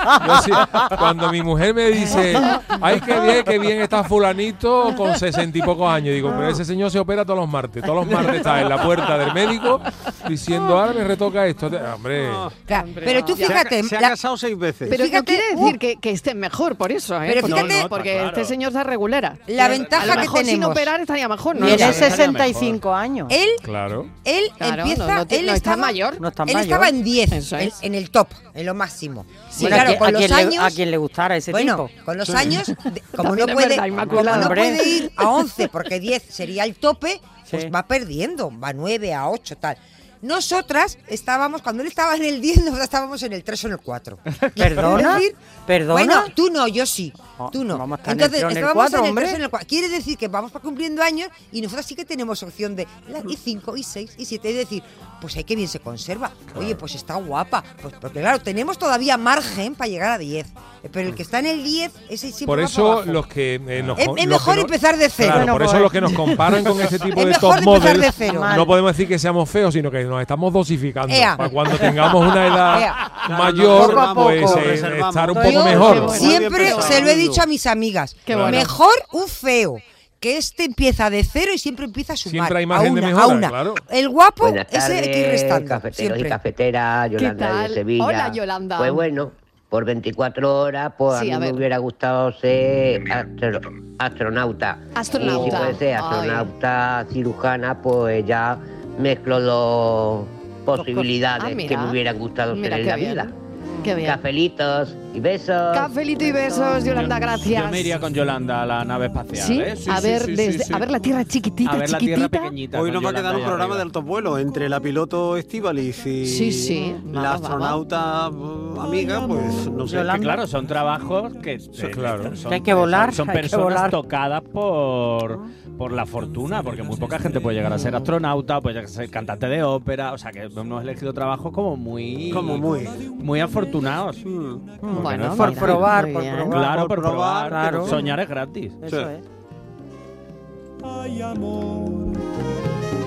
sí- cuando mi mujer me dice, ay, qué bien, qué bien está Fulanito con sesenta y pocos años, digo, pero ese señor se opera todos los martes. Todos los martes está en la puerta del médico diciendo, ahora me retoca esto. Hombre.
Claro, pero tú
Se ha-
fíjate.
Se ha,
la-
casado seis veces.
Pero no
Fíjate,
quiere decir que, que estén mejor por eso, ¿eh?
Pero
porque
fíjate- No, no,
uh. porque
está
este señor está regulera.
La ventaja
a lo
que
mejor sin
tenemos.
operar estaría mejor, ¿no?
Tiene
lo sé.
65 años.
Él
Claro.
Él
Claro,
empieza,
no- no ti-
él
no está
estaba,
mayor. No está
él
mayor.
estaba en 10, en,
es.
en el top, en lo máximo.
Sí,
Y claro, con los años,
Le, a quien le gustara ese
bueno,
tipo.
con los años, de- como no
También es
puede,
verdad,
como
Inmaculada.
no
Hombre.
puede ir a 11 porque 10 sería el tope, pues va perdiendo, va a 9 a 8 tal. Nosotras estábamos, cuando él estaba en el 10, nosotras estábamos en el 3 o en el 4.
¿Perdona? ¿Perdona? Oh,
Bueno, tú no, yo sí. Tú no.
Vamos a estar en el
Entonces,
tres o en el
estábamos
cuatro,
en el
hombre.
3 o en el 4. Quiere decir que vamos pa- cumpliendo años y nosotros sí que tenemos opción de la- y 5, y 6, y 7. Es decir, pues hay que bien se conserva. Oye, pues está guapa. Pues porque claro, tenemos todavía margen para llegar a 10. Eh, Pero el que está en el 10, ese siempre
Por
va para
eso
abajo.
los que eh, nos
Es-
con-
es
los
mejor
que no-
empezar de cero.
Claro,
Bueno,
por
pues.
eso los que nos comparan con este tipo
Es
de
mejor
top
empezar
models,
de cero.
no podemos decir que seamos feos, sino que nos estamos dosificando
Ea.
para cuando tengamos una edad
Ea.
mayor,
Poco a poco.
pues eh,
Reservamos.
estar un
Yo
poco mejor.
Siempre se lo he dicho a mis amigas.
Qué bueno.
Mejor un feo. Que este empieza de cero y siempre empieza a sumar.
Siempre hay
a
margen de
una,
mejora,
a una.
claro.
El guapo,
Buenas
ese hay que ir
tardes,
restando,
cafeteros y
siempre.
cafeteras, Yolanda de
tal?
Sevilla.
Hola, Yolanda.
Pues bueno, por 24 horas, pues
Sí, a
a mí
ver.
me hubiera gustado ser astro- astronauta.
Astronauta.
Y si puede ser
Ay.
astronauta, cirujana, pues ya mezclo dos posibilidades
Ah, mira.
que me hubieran gustado
Mira,
tener en
qué
la
bien.
vida.
Qué bien.
Cafelitos. y besos.
Cafelito y besos, Yolanda, gracias.
Yo me iría con Yolanda a la nave espacial.
Sí,
¿eh?
a, ver,
sí, sí,
desde,
sí.
a ver la tierra chiquitita,
A ver la tierra
chiquitita.
pequeñita,
Hoy
con
nos va a quedar
Yolanda
un
ahí
programa
arriba.
de altos vuelos entre la piloto Estíbaliz y
Sí, sí, vamos,
la astronauta mm, amiga, pues no sé.
Es que, claro, son trabajos que,
claro.
son-
Que hay que volar,
Son,
hay que
personas
volar.
tocadas por, por la fortuna, porque muy poca gente puede llegar a ser astronauta, puede llegar a ser cantante de ópera, o sea que hemos elegido trabajos como muy.
Como muy. Mm.
Muy afortunados.
Mm,
Porque
Bueno,
es
por
fácil.
probar, Muy por bien. probar.
Claro,
Por
por
probar,
probar.
claro.
Soñar es gratis.
Eso es.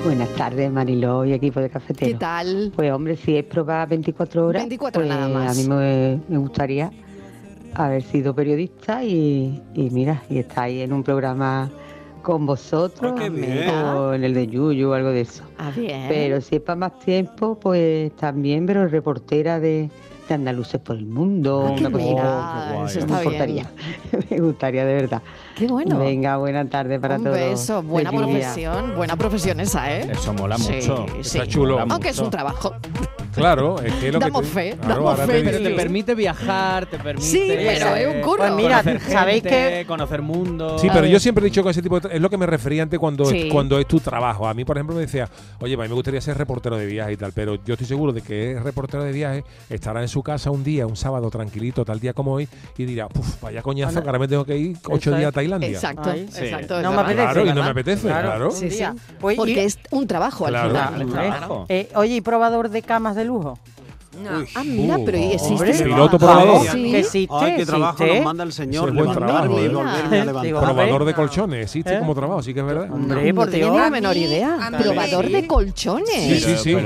Buenas tardes, Mariló y equipo de cafetero.
¿Qué tal?
Pues hombre, si es probar 24 horas,
24
pues,
nada más.
a mí me, me gustaría haber sido periodista y, y mira, y estar ahí en un programa con vosotros,
bien.
Ah,
o en el de Yuyu o algo de eso.
Ah, bien.
Pero si es para más tiempo, pues también, pero reportera de, de andaluces por el mundo,
Ah,
qué
una cosita
mira,
Oh,
así.
eso
me
está bien.
gustaría, me gustaría de verdad.
Qué bueno.
Venga, buena tarde para
Un
todos.
beso, buena
Feliz día.
profesión, buena profesión esa, ¿eh?
Eso mola
Sí,
mucho.
sí.
Está chulo.
Aunque es un trabajo.
Claro, es que lo que.
Damos
te-
fe,
claro,
damos
ahora
fe,
te
pero
dice-
te
permite viajar, te permite.
Sí, pero
eh,
es un curro.
Pues mira,
conocer
sabéis
gente,
que-
Conocer mundo.
Sí, pero yo siempre he dicho que ese tipo de tra- es lo que me refería antes cuando,
Sí.
cuando es tu trabajo. A mí, por ejemplo, me decía, oye, a mí me gustaría ser reportero de viaje y tal, pero yo estoy seguro de que el reportero de viaje estará en su casa un día, un sábado tranquilito, tal día como hoy, y dirá, puf, vaya coñazo,
Anda.
que ahora me tengo que ir ocho
Eso
días a
es.
Tailandia.
Exacto,
Ahí.
Sí. exacto,
No
es
me
verdad.
apetece.
Claro, y no me
¿verdad?
apetece, claro.
Un
Sí, sí.
día. Pues, y-
Porque es un trabajo
Claro,
al final.
un trabajo.
Eh, oye, ¿y probador de camas de lujo?
Ah, mira, pero ¿y existe.
Hombre,
ese
uh, piloto
trabajo?
probador.
Sí.
Que existe,
Ay, qué trabajo
existe.
nos manda el Señor,
Ese es buen
levantarme
trabajo,
y
¿eh?
volverme a
Digo,
levantar.
a ver.
Probador de colchones, existe
¿Eh?
como trabajo, sí que es verdad.
Hombre,
No
por
tenía ni
Dios.
la menor idea.
a mí-
Probador de
Sí,
colchones.
sí, sí.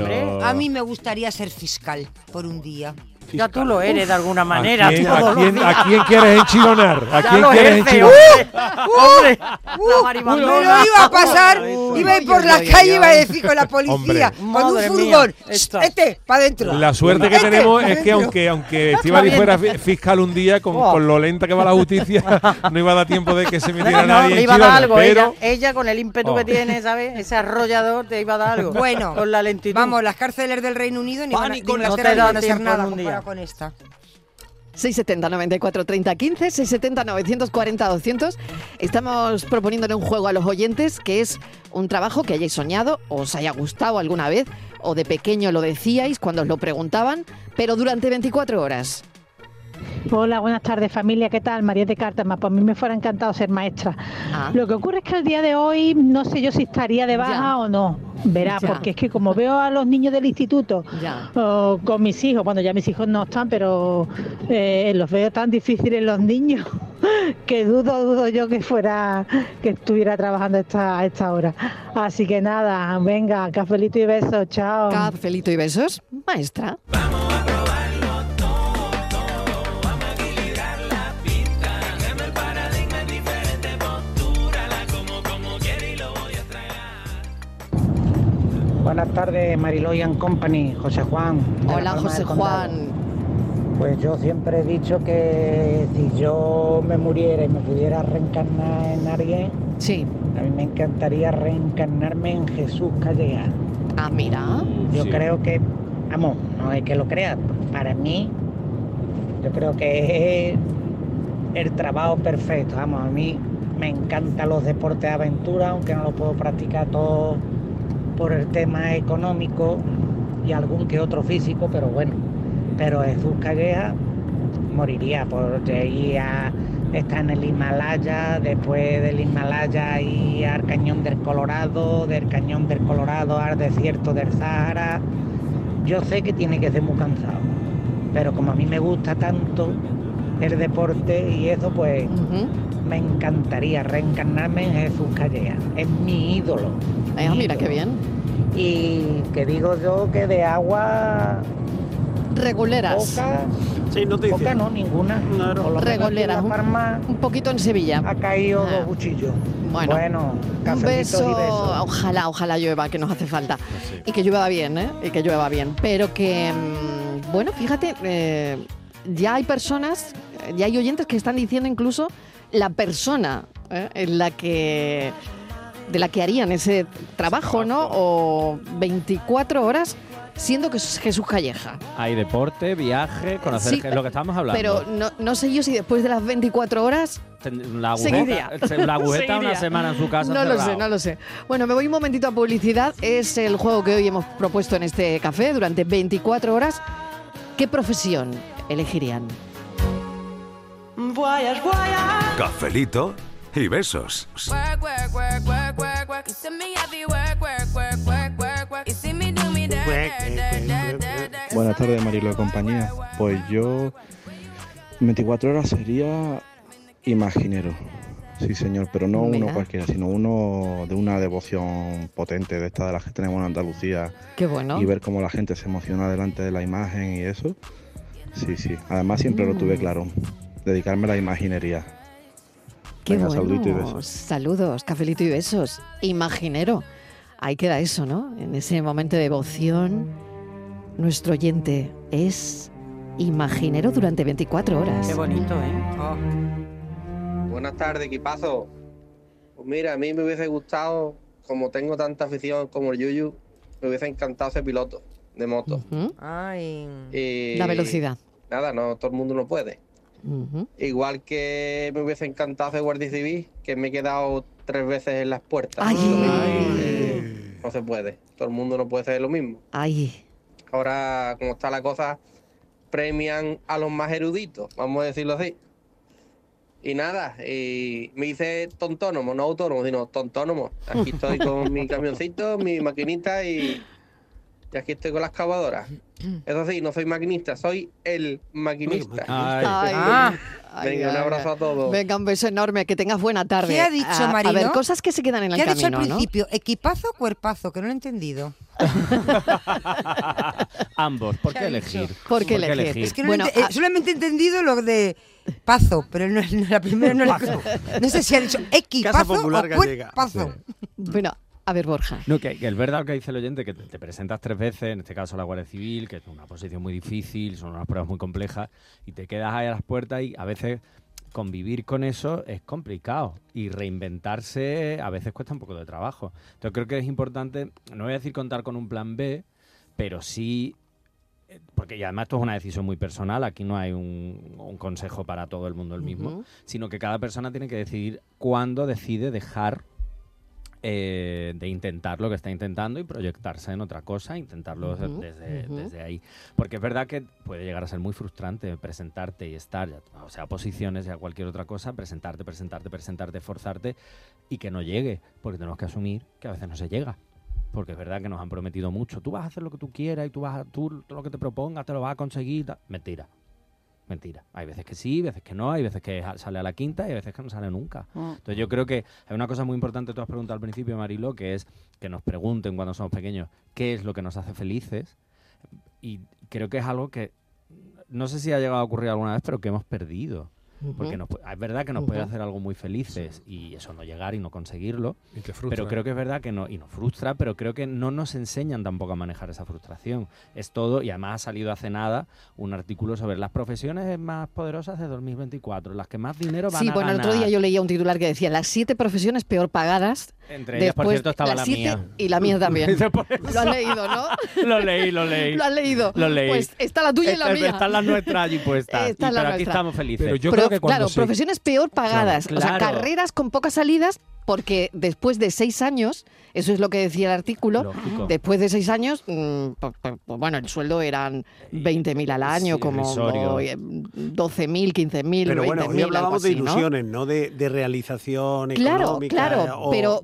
A mí me gustaría ser fiscal por un día.
Ya tú lo eres de alguna manera.
¿A quién,
todos
a
los
quién-
días.
a quién quieres enchilonar? ¿A
Ya
quién
lo ¡Uh!
quieres
eres,
enchilonar?
¡Hombre!
¡Uh! me lo iba a pasar, iba a ir por la calle y iba a decir con la policía,
Hombre.
con un
Madre mía,
furgón,
esta.
este, para adentro.
La suerte que
Este,
tenemos
pa'
es que
dentro.
aunque aunque Estivali
bien.
fuera fi- fiscal un día con,
Oh.
con lo lenta que va la justicia no iba a dar tiempo de que se metiera
No, le
nadie en
iba a dar algo.
Chirona, pero
Ella, ella con el ímpetu que
Oh.
tiene, ¿sabes? Ese arrollador te iba a dar algo.
Bueno,
con la lentitud.
Vamos, las cárceles del Reino Unido ni van a, de
Pánico, no
Inglaterra
te
ni
da
van a hacer
tiempo en
nada
un día.
comparado con esta.
670 94 30 15, 670 940 200. Estamos proponiéndole un juego a los oyentes que es un trabajo que hayáis soñado, os haya gustado alguna vez o de pequeño lo decíais cuando os lo preguntaban, pero durante 24 horas.
Hola, buenas tardes familia, ¿qué tal? María de Cártama, pues a mí me fuera encantado ser maestra.
Ah.
Lo que ocurre es que al día de hoy no sé yo si estaría de baja o no. Verá,
Ya.
porque es que como veo a los niños del instituto
Ya.
o con mis hijos, bueno, ya mis hijos no están, pero eh, los veo tan difíciles los niños que dudo, dudo yo que fuera, que estuviera trabajando esta, a esta hora. Así que nada, venga, cafelito y besos, chao.
Cafelito y besos, maestra.
Buenas tardes, Mariloyan Company, José Juan. de La
Hola,
Palma
José
del Condado.
Juan.
Pues yo siempre he dicho que si yo me muriera y me pudiera reencarnar en alguien,
sí.
a mí me encantaría reencarnarme en Jesús Calleja.
Ah, mira.
Yo
Sí.
creo que, vamos, no es que lo crea, para mí, yo creo que es el trabajo perfecto. Vamos, a mí me encantan los deportes de aventura, aunque no lo puedo practicar todo por el tema económico y algún que otro físico, pero bueno. Pero Jesús Calleja moriría por ir a estar en el Himalaya, después del Himalaya ir al cañón del Colorado, del cañón del Colorado al desierto del Sahara. Yo sé que tiene que ser muy cansado, pero como a mí me gusta tanto el deporte y eso, pues me encantaría reencarnarme en Jesús Calleja. Es mi ídolo.
Ah,
mi
mira qué
ídolo.
bien.
Y que digo yo que de agua
Reguleras.
Poca, poca no, ninguna. Por lo menos aquí en
Reguleras.
La Palma
Un, un poquito en Sevilla. Ah.
ha caído dos cuchillos.
Bueno, un
cafecitos
beso.
y besos.
Ojalá, ojalá llueva, que nos hace falta.
Ah,
Y que llueva bien, ¿eh? Y que llueva bien. Pero que, mm, bueno, fíjate, eh, ya hay personas, eh, ya hay oyentes que están diciendo incluso la persona ¿eh? en la que de la que harían ese trabajo, ¿no? O 24 horas siendo que es Jesús Calleja.
Hay deporte, viaje, conocer
Sí,
es lo que estamos hablando.
Pero no, no sé yo si después de las 24 horas
Ten- la
seguiría.
agujeta, la agujeta una
Seguiría.
semana en su casa.
No lo sé,
cerrado.
no lo sé. Bueno, me voy un momentito a publicidad. Es el juego que hoy hemos propuesto en este café durante 24 horas. ¿Qué profesión elegirían?
Guayas, guayas.
Cafelito y besos.
Work, work, work, work, work, work. You see me heavy work, work, work, work, work, work. You see me do me that, that, that, that, that, that.
Buenas tardes, Marilo de compañía. Pues yo, 24 horas sería imaginero. Sí, señor, pero no
Mira.
uno cualquiera, sino uno de una devoción potente de esta de las que tenemos en Andalucía.
Qué bueno.
Y ver cómo la gente se emociona delante de la imagen y eso. Sí, sí. Además, siempre lo tuve
Mm.
claro. Dedicarme a la imaginería.
Qué
Venga,
bueno.
saludito y besos.
Saludos, cafelito y besos. Imaginero. Ahí queda eso, ¿no? En ese momento de devoción, nuestro oyente es imaginero durante 24 horas.
Qué bonito, ¿eh?
Buenas tardes, equipazo. Pues mira, a mí me hubiese gustado, como tengo tanta afición como el Yuyu, me hubiese encantado ser piloto de moto. Y
La velocidad.
Nada, no, todo el mundo no puede.
Ujú.
Igual que me hubiese encantado ser guardia civil, que me he quedado tres veces en las puertas.
Ay.
Lo mismo, eh, no se puede. Todo el mundo no puede ser lo mismo.
Ay,
Ahora, como está la cosa, premian a los más eruditos, vamos a decirlo así. Y nada, y me hice tontónomo, no autónomo, sino tontónomo. Aquí estoy con mi camioncito, mi maquinita y, y aquí estoy con la excavadora. Eso sí, no soy maquinista, soy el maquinista.
Ay.
Ay. Ay,
Venga, un
ay,
abrazo a todos.
Venga, un beso enorme, que tengas buena tarde.
¿Qué ha dicho
A-
Marilo?
A ver, cosas que se quedan en el
¿Qué ha
camino,
dicho al
¿no?
principio? ¿Equipazo o cuerpazo? Que no lo he entendido.
Ambos. ¿Por qué elegir?
¿Por qué elegir?
Es que no
Bueno, ah,
lo ente-
a-
eh, solamente he entendido lo de pazo, pero no, no, la primera no la
Pazo.
No sé si ha dicho
Casa
equipazo o
Popular Gallega.
cuerpazo.
Bueno, a ver, Borja.
No, que, que es verdad lo que dice el oyente, que te, te presentas tres veces, en este caso a la Guardia Civil, que es una posición muy difícil, son unas pruebas muy complejas, y te quedas ahí a las puertas y a veces convivir con eso es complicado y reinventarse a veces cuesta un poco de trabajo. Entonces creo que es importante, no voy a decir contar con un plan B, pero sí eh, porque y además esto es una decisión muy personal, aquí no hay un, un consejo para todo el mundo el mismo,
Ujú.
sino que cada persona tiene que decidir cuándo decide dejar eh, de intentar lo que está intentando y proyectarse en otra cosa, intentarlo de-
Ujú,
desde,
ujú.
desde ahí. Porque es verdad que puede llegar a ser muy frustrante presentarte y estar, ya, o sea, a posiciones y a cualquier otra cosa, presentarte, presentarte, presentarte, forzarte y que no llegue, porque tenemos que asumir que a veces no se llega. Porque es verdad que nos han prometido mucho. Tú vas a hacer lo que tú quieras y tú vas a, tú todo lo que te propongas te lo vas a conseguir. tal. Mentira. Mentira. Hay veces que sí, veces que no, hay veces que ja- sale a la quinta y hay veces que no sale nunca.
Ah.
Mm.
Entonces yo creo que hay una cosa muy importante, tú has preguntado al principio, Marilo, que es que nos pregunten cuando somos pequeños qué es lo que nos hace felices. Y creo que es algo que no sé si ha llegado a ocurrir alguna vez, pero que hemos perdido. Porque
Ujú.
nos pu- es verdad que nos puede
Ujú.
hacer algo muy felices y eso no llegar y no conseguirlo.
Y te frustra.
Pero creo que es verdad que no, y nos frustra, pero creo que no nos enseñan tampoco a manejar esa frustración. Es todo, y además ha salido hace nada un artículo sobre las profesiones más poderosas de 2024, las que más dinero van
Sí,
a
bueno, el otro
ganar.
día yo leía un titular que decía las siete profesiones peor pagadas.
Entre ellas, por
después-
cierto, estaba
las
la
siete
mía.
Y la mía también.
Por
Lo has leído, ¿no?
Lo leí, lo leí.
Lo has leído.
Lo leí.
Pues está la tuya y la
Está-
mía.
Están las nuestras allí puestas.
Está
Y-
la
pero aquí
nuestra.
estamos felices.
Pero, claro, profesiones peor pagadas,
Claro,
o sea,
claro.
carreras con pocas salidas, porque después de seis años, eso es lo que decía el artículo,
Lógico.
después de seis años, mm, pues, pues, pues, bueno, el sueldo eran 20.000 al año,
Sí,
como
irrisorio.
o, eh, 12.000, 15.000,
Pero bueno,
20.000,
hoy hablábamos
algo
de
así, ¿no?
ilusiones, ¿no? De, de realización
Claro,
económica.
claro,
o-
pero,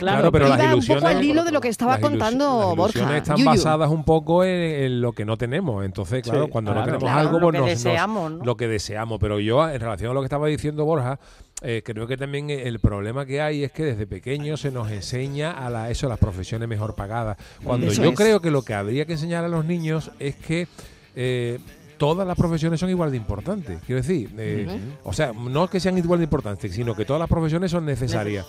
iba un poco al hilo de lo que estaba
las ilusio-
contando
Las
Borja.
ilusiones están
Yuyu.
basadas un poco en, en lo que no tenemos. Entonces, claro,
Sí,
cuando
claro.
no tenemos
Claro,
algo,
lo
pues
que
nos-
deseamos,
nos- lo que deseamos. Pero yo, en relación a lo que estaba diciendo Borja, eh, creo que también el problema que hay es que desde pequeño se nos enseña a la, eso, las profesiones mejor pagadas. Cuando
Eso
yo
es.
creo que lo que habría que enseñar a los niños es que eh, todas las profesiones son igual de importantes. Quiero decir, eh,
Ujú.
o sea, no que sean igual de importantes, sino que todas las profesiones son necesarias.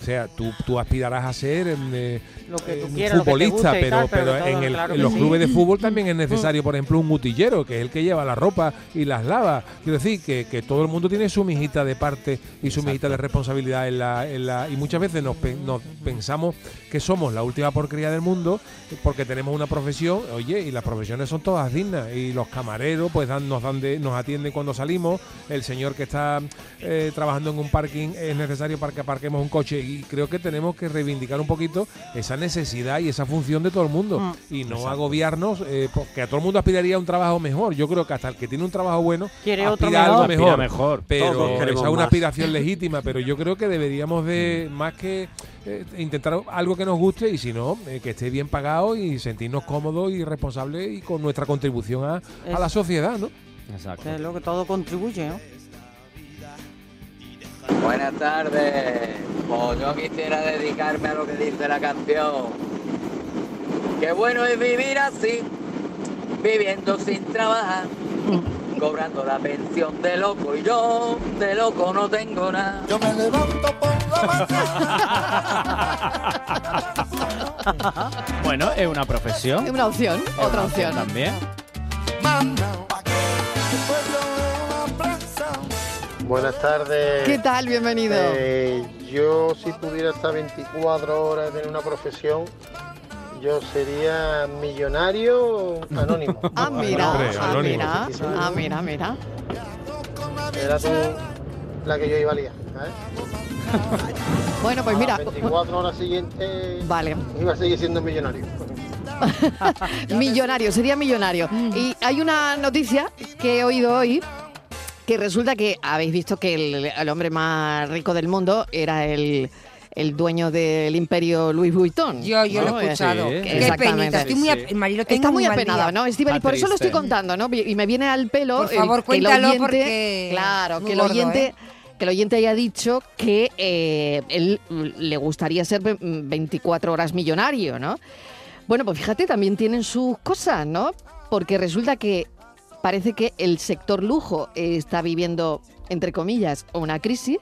O sea, tú, tú aspirarás a ser em, eh,
Lo que
eh,
tú
un
quieras, lo que te
futbolista,
guste y
pero,
tal, pero
pero
todo,
en, el-
claro
en
que
los
sí.
clubes de fútbol también es necesario, por ejemplo, un utillero, que es el que lleva la ropa y las lava. Quiero decir que, que todo el mundo tiene su mijita de parte y su mijita de responsabilidad en la, en la- y muchas veces nos, pe- nos pensamos que somos la última porquería del mundo porque tenemos una profesión, oye, y las profesiones son todas dignas y los camareros pues dan- nos dan de- nos atienden cuando salimos, el señor que está eh, trabajando en un parking es necesario para que aparquemos un coche y creo que tenemos que reivindicar un poquito esa necesidad y esa función de todo el mundo
Mm.
y no
Exacto.
agobiarnos eh, porque a todo el mundo aspiraría a un trabajo mejor. Yo creo que hasta el que tiene un trabajo bueno
Quiere
aspira
otro
a algo
mejor.
mejor,
Aspira mejor. Todos
pero esa
queremos
es una
más. Mm.
aspiración legítima, pero yo creo que deberíamos de más que eh, intentar algo que nos guste y si no, eh, que esté bien pagado y sentirnos cómodos y responsables y con nuestra contribución a, a
Es-
la sociedad, ¿no?
Exacto.
Que es lo que todo contribuye, ¿no?
Buenas tardes. Pues yo quisiera dedicarme a lo que dice la canción. Qué bueno es vivir así, viviendo sin trabajar, cobrando la pensión de loco y yo de loco no tengo nada. Yo me levanto por la
Bueno, es una profesión.
Es una opción,
Es
otra
una
opción.
También.
Buenas tardes.
¿Qué tal? Bienvenido.
Eh, yo si pudiera estar 24 horas en una profesión, yo sería millonario anónimo.
Ah, mira,
Hombre,
ah,
anónimo,
mira,
sí, sí, sí.
ah, mira, mira.
Era tú la que yo iba a liar. ¿sabes?
Bueno, pues
A
mira,
las 24 horas siguientes
vale.
iba a seguir siendo millonario.
millonario, sería millonario.
Mm.
Y hay una noticia que he oído hoy que resulta que habéis visto que el, el hombre más rico del mundo era el, el dueño del imperio Louis Vuitton.
Yo, yo lo he
¿no?
escuchado.
Eh,
Qué
exactamente.
penita. Estoy muy, ap- Marilo, tengo
Está muy
mal
apenado,
día.
¿no, Steven? Y por eso lo estoy contando, ¿no? Y me viene al pelo.
Por
el-
favor,
que el
cuéntalo
oyente-
porque
Claro,
muy
que el
gordo,
oyente.
¿eh?
Que el oyente haya dicho que eh, él mm, le gustaría ser ve- mm, 24 horas millonario, ¿no? Bueno, pues fíjate, también tienen sus cosas, ¿no? Porque resulta que parece que el sector lujo eh, está viviendo, entre comillas, una crisis.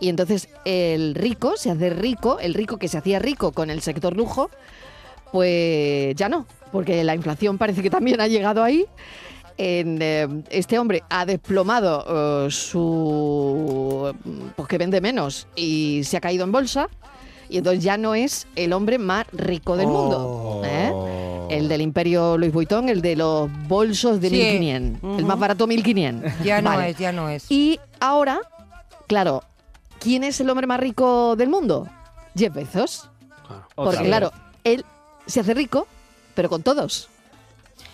Y entonces el rico se hace rico, el rico que se hacía rico con el sector lujo, pues ya no, porque la inflación parece que también ha llegado ahí. En, eh, este hombre ha desplomado eh, su... pues que vende menos y se ha caído en bolsa. Y entonces ya no es el hombre más rico del mundo. ¿eh? El del imperio Louis Vuitton, el de los bolsos de
Sí.
1500. El más
Ujú.
barato 1500.
Ya no
Vale.
es, ya no es.
Y ahora, claro, ¿quién es el hombre más rico del mundo? Jeff Bezos. Porque
Otra
claro,
vez.
él se hace rico, pero con todos.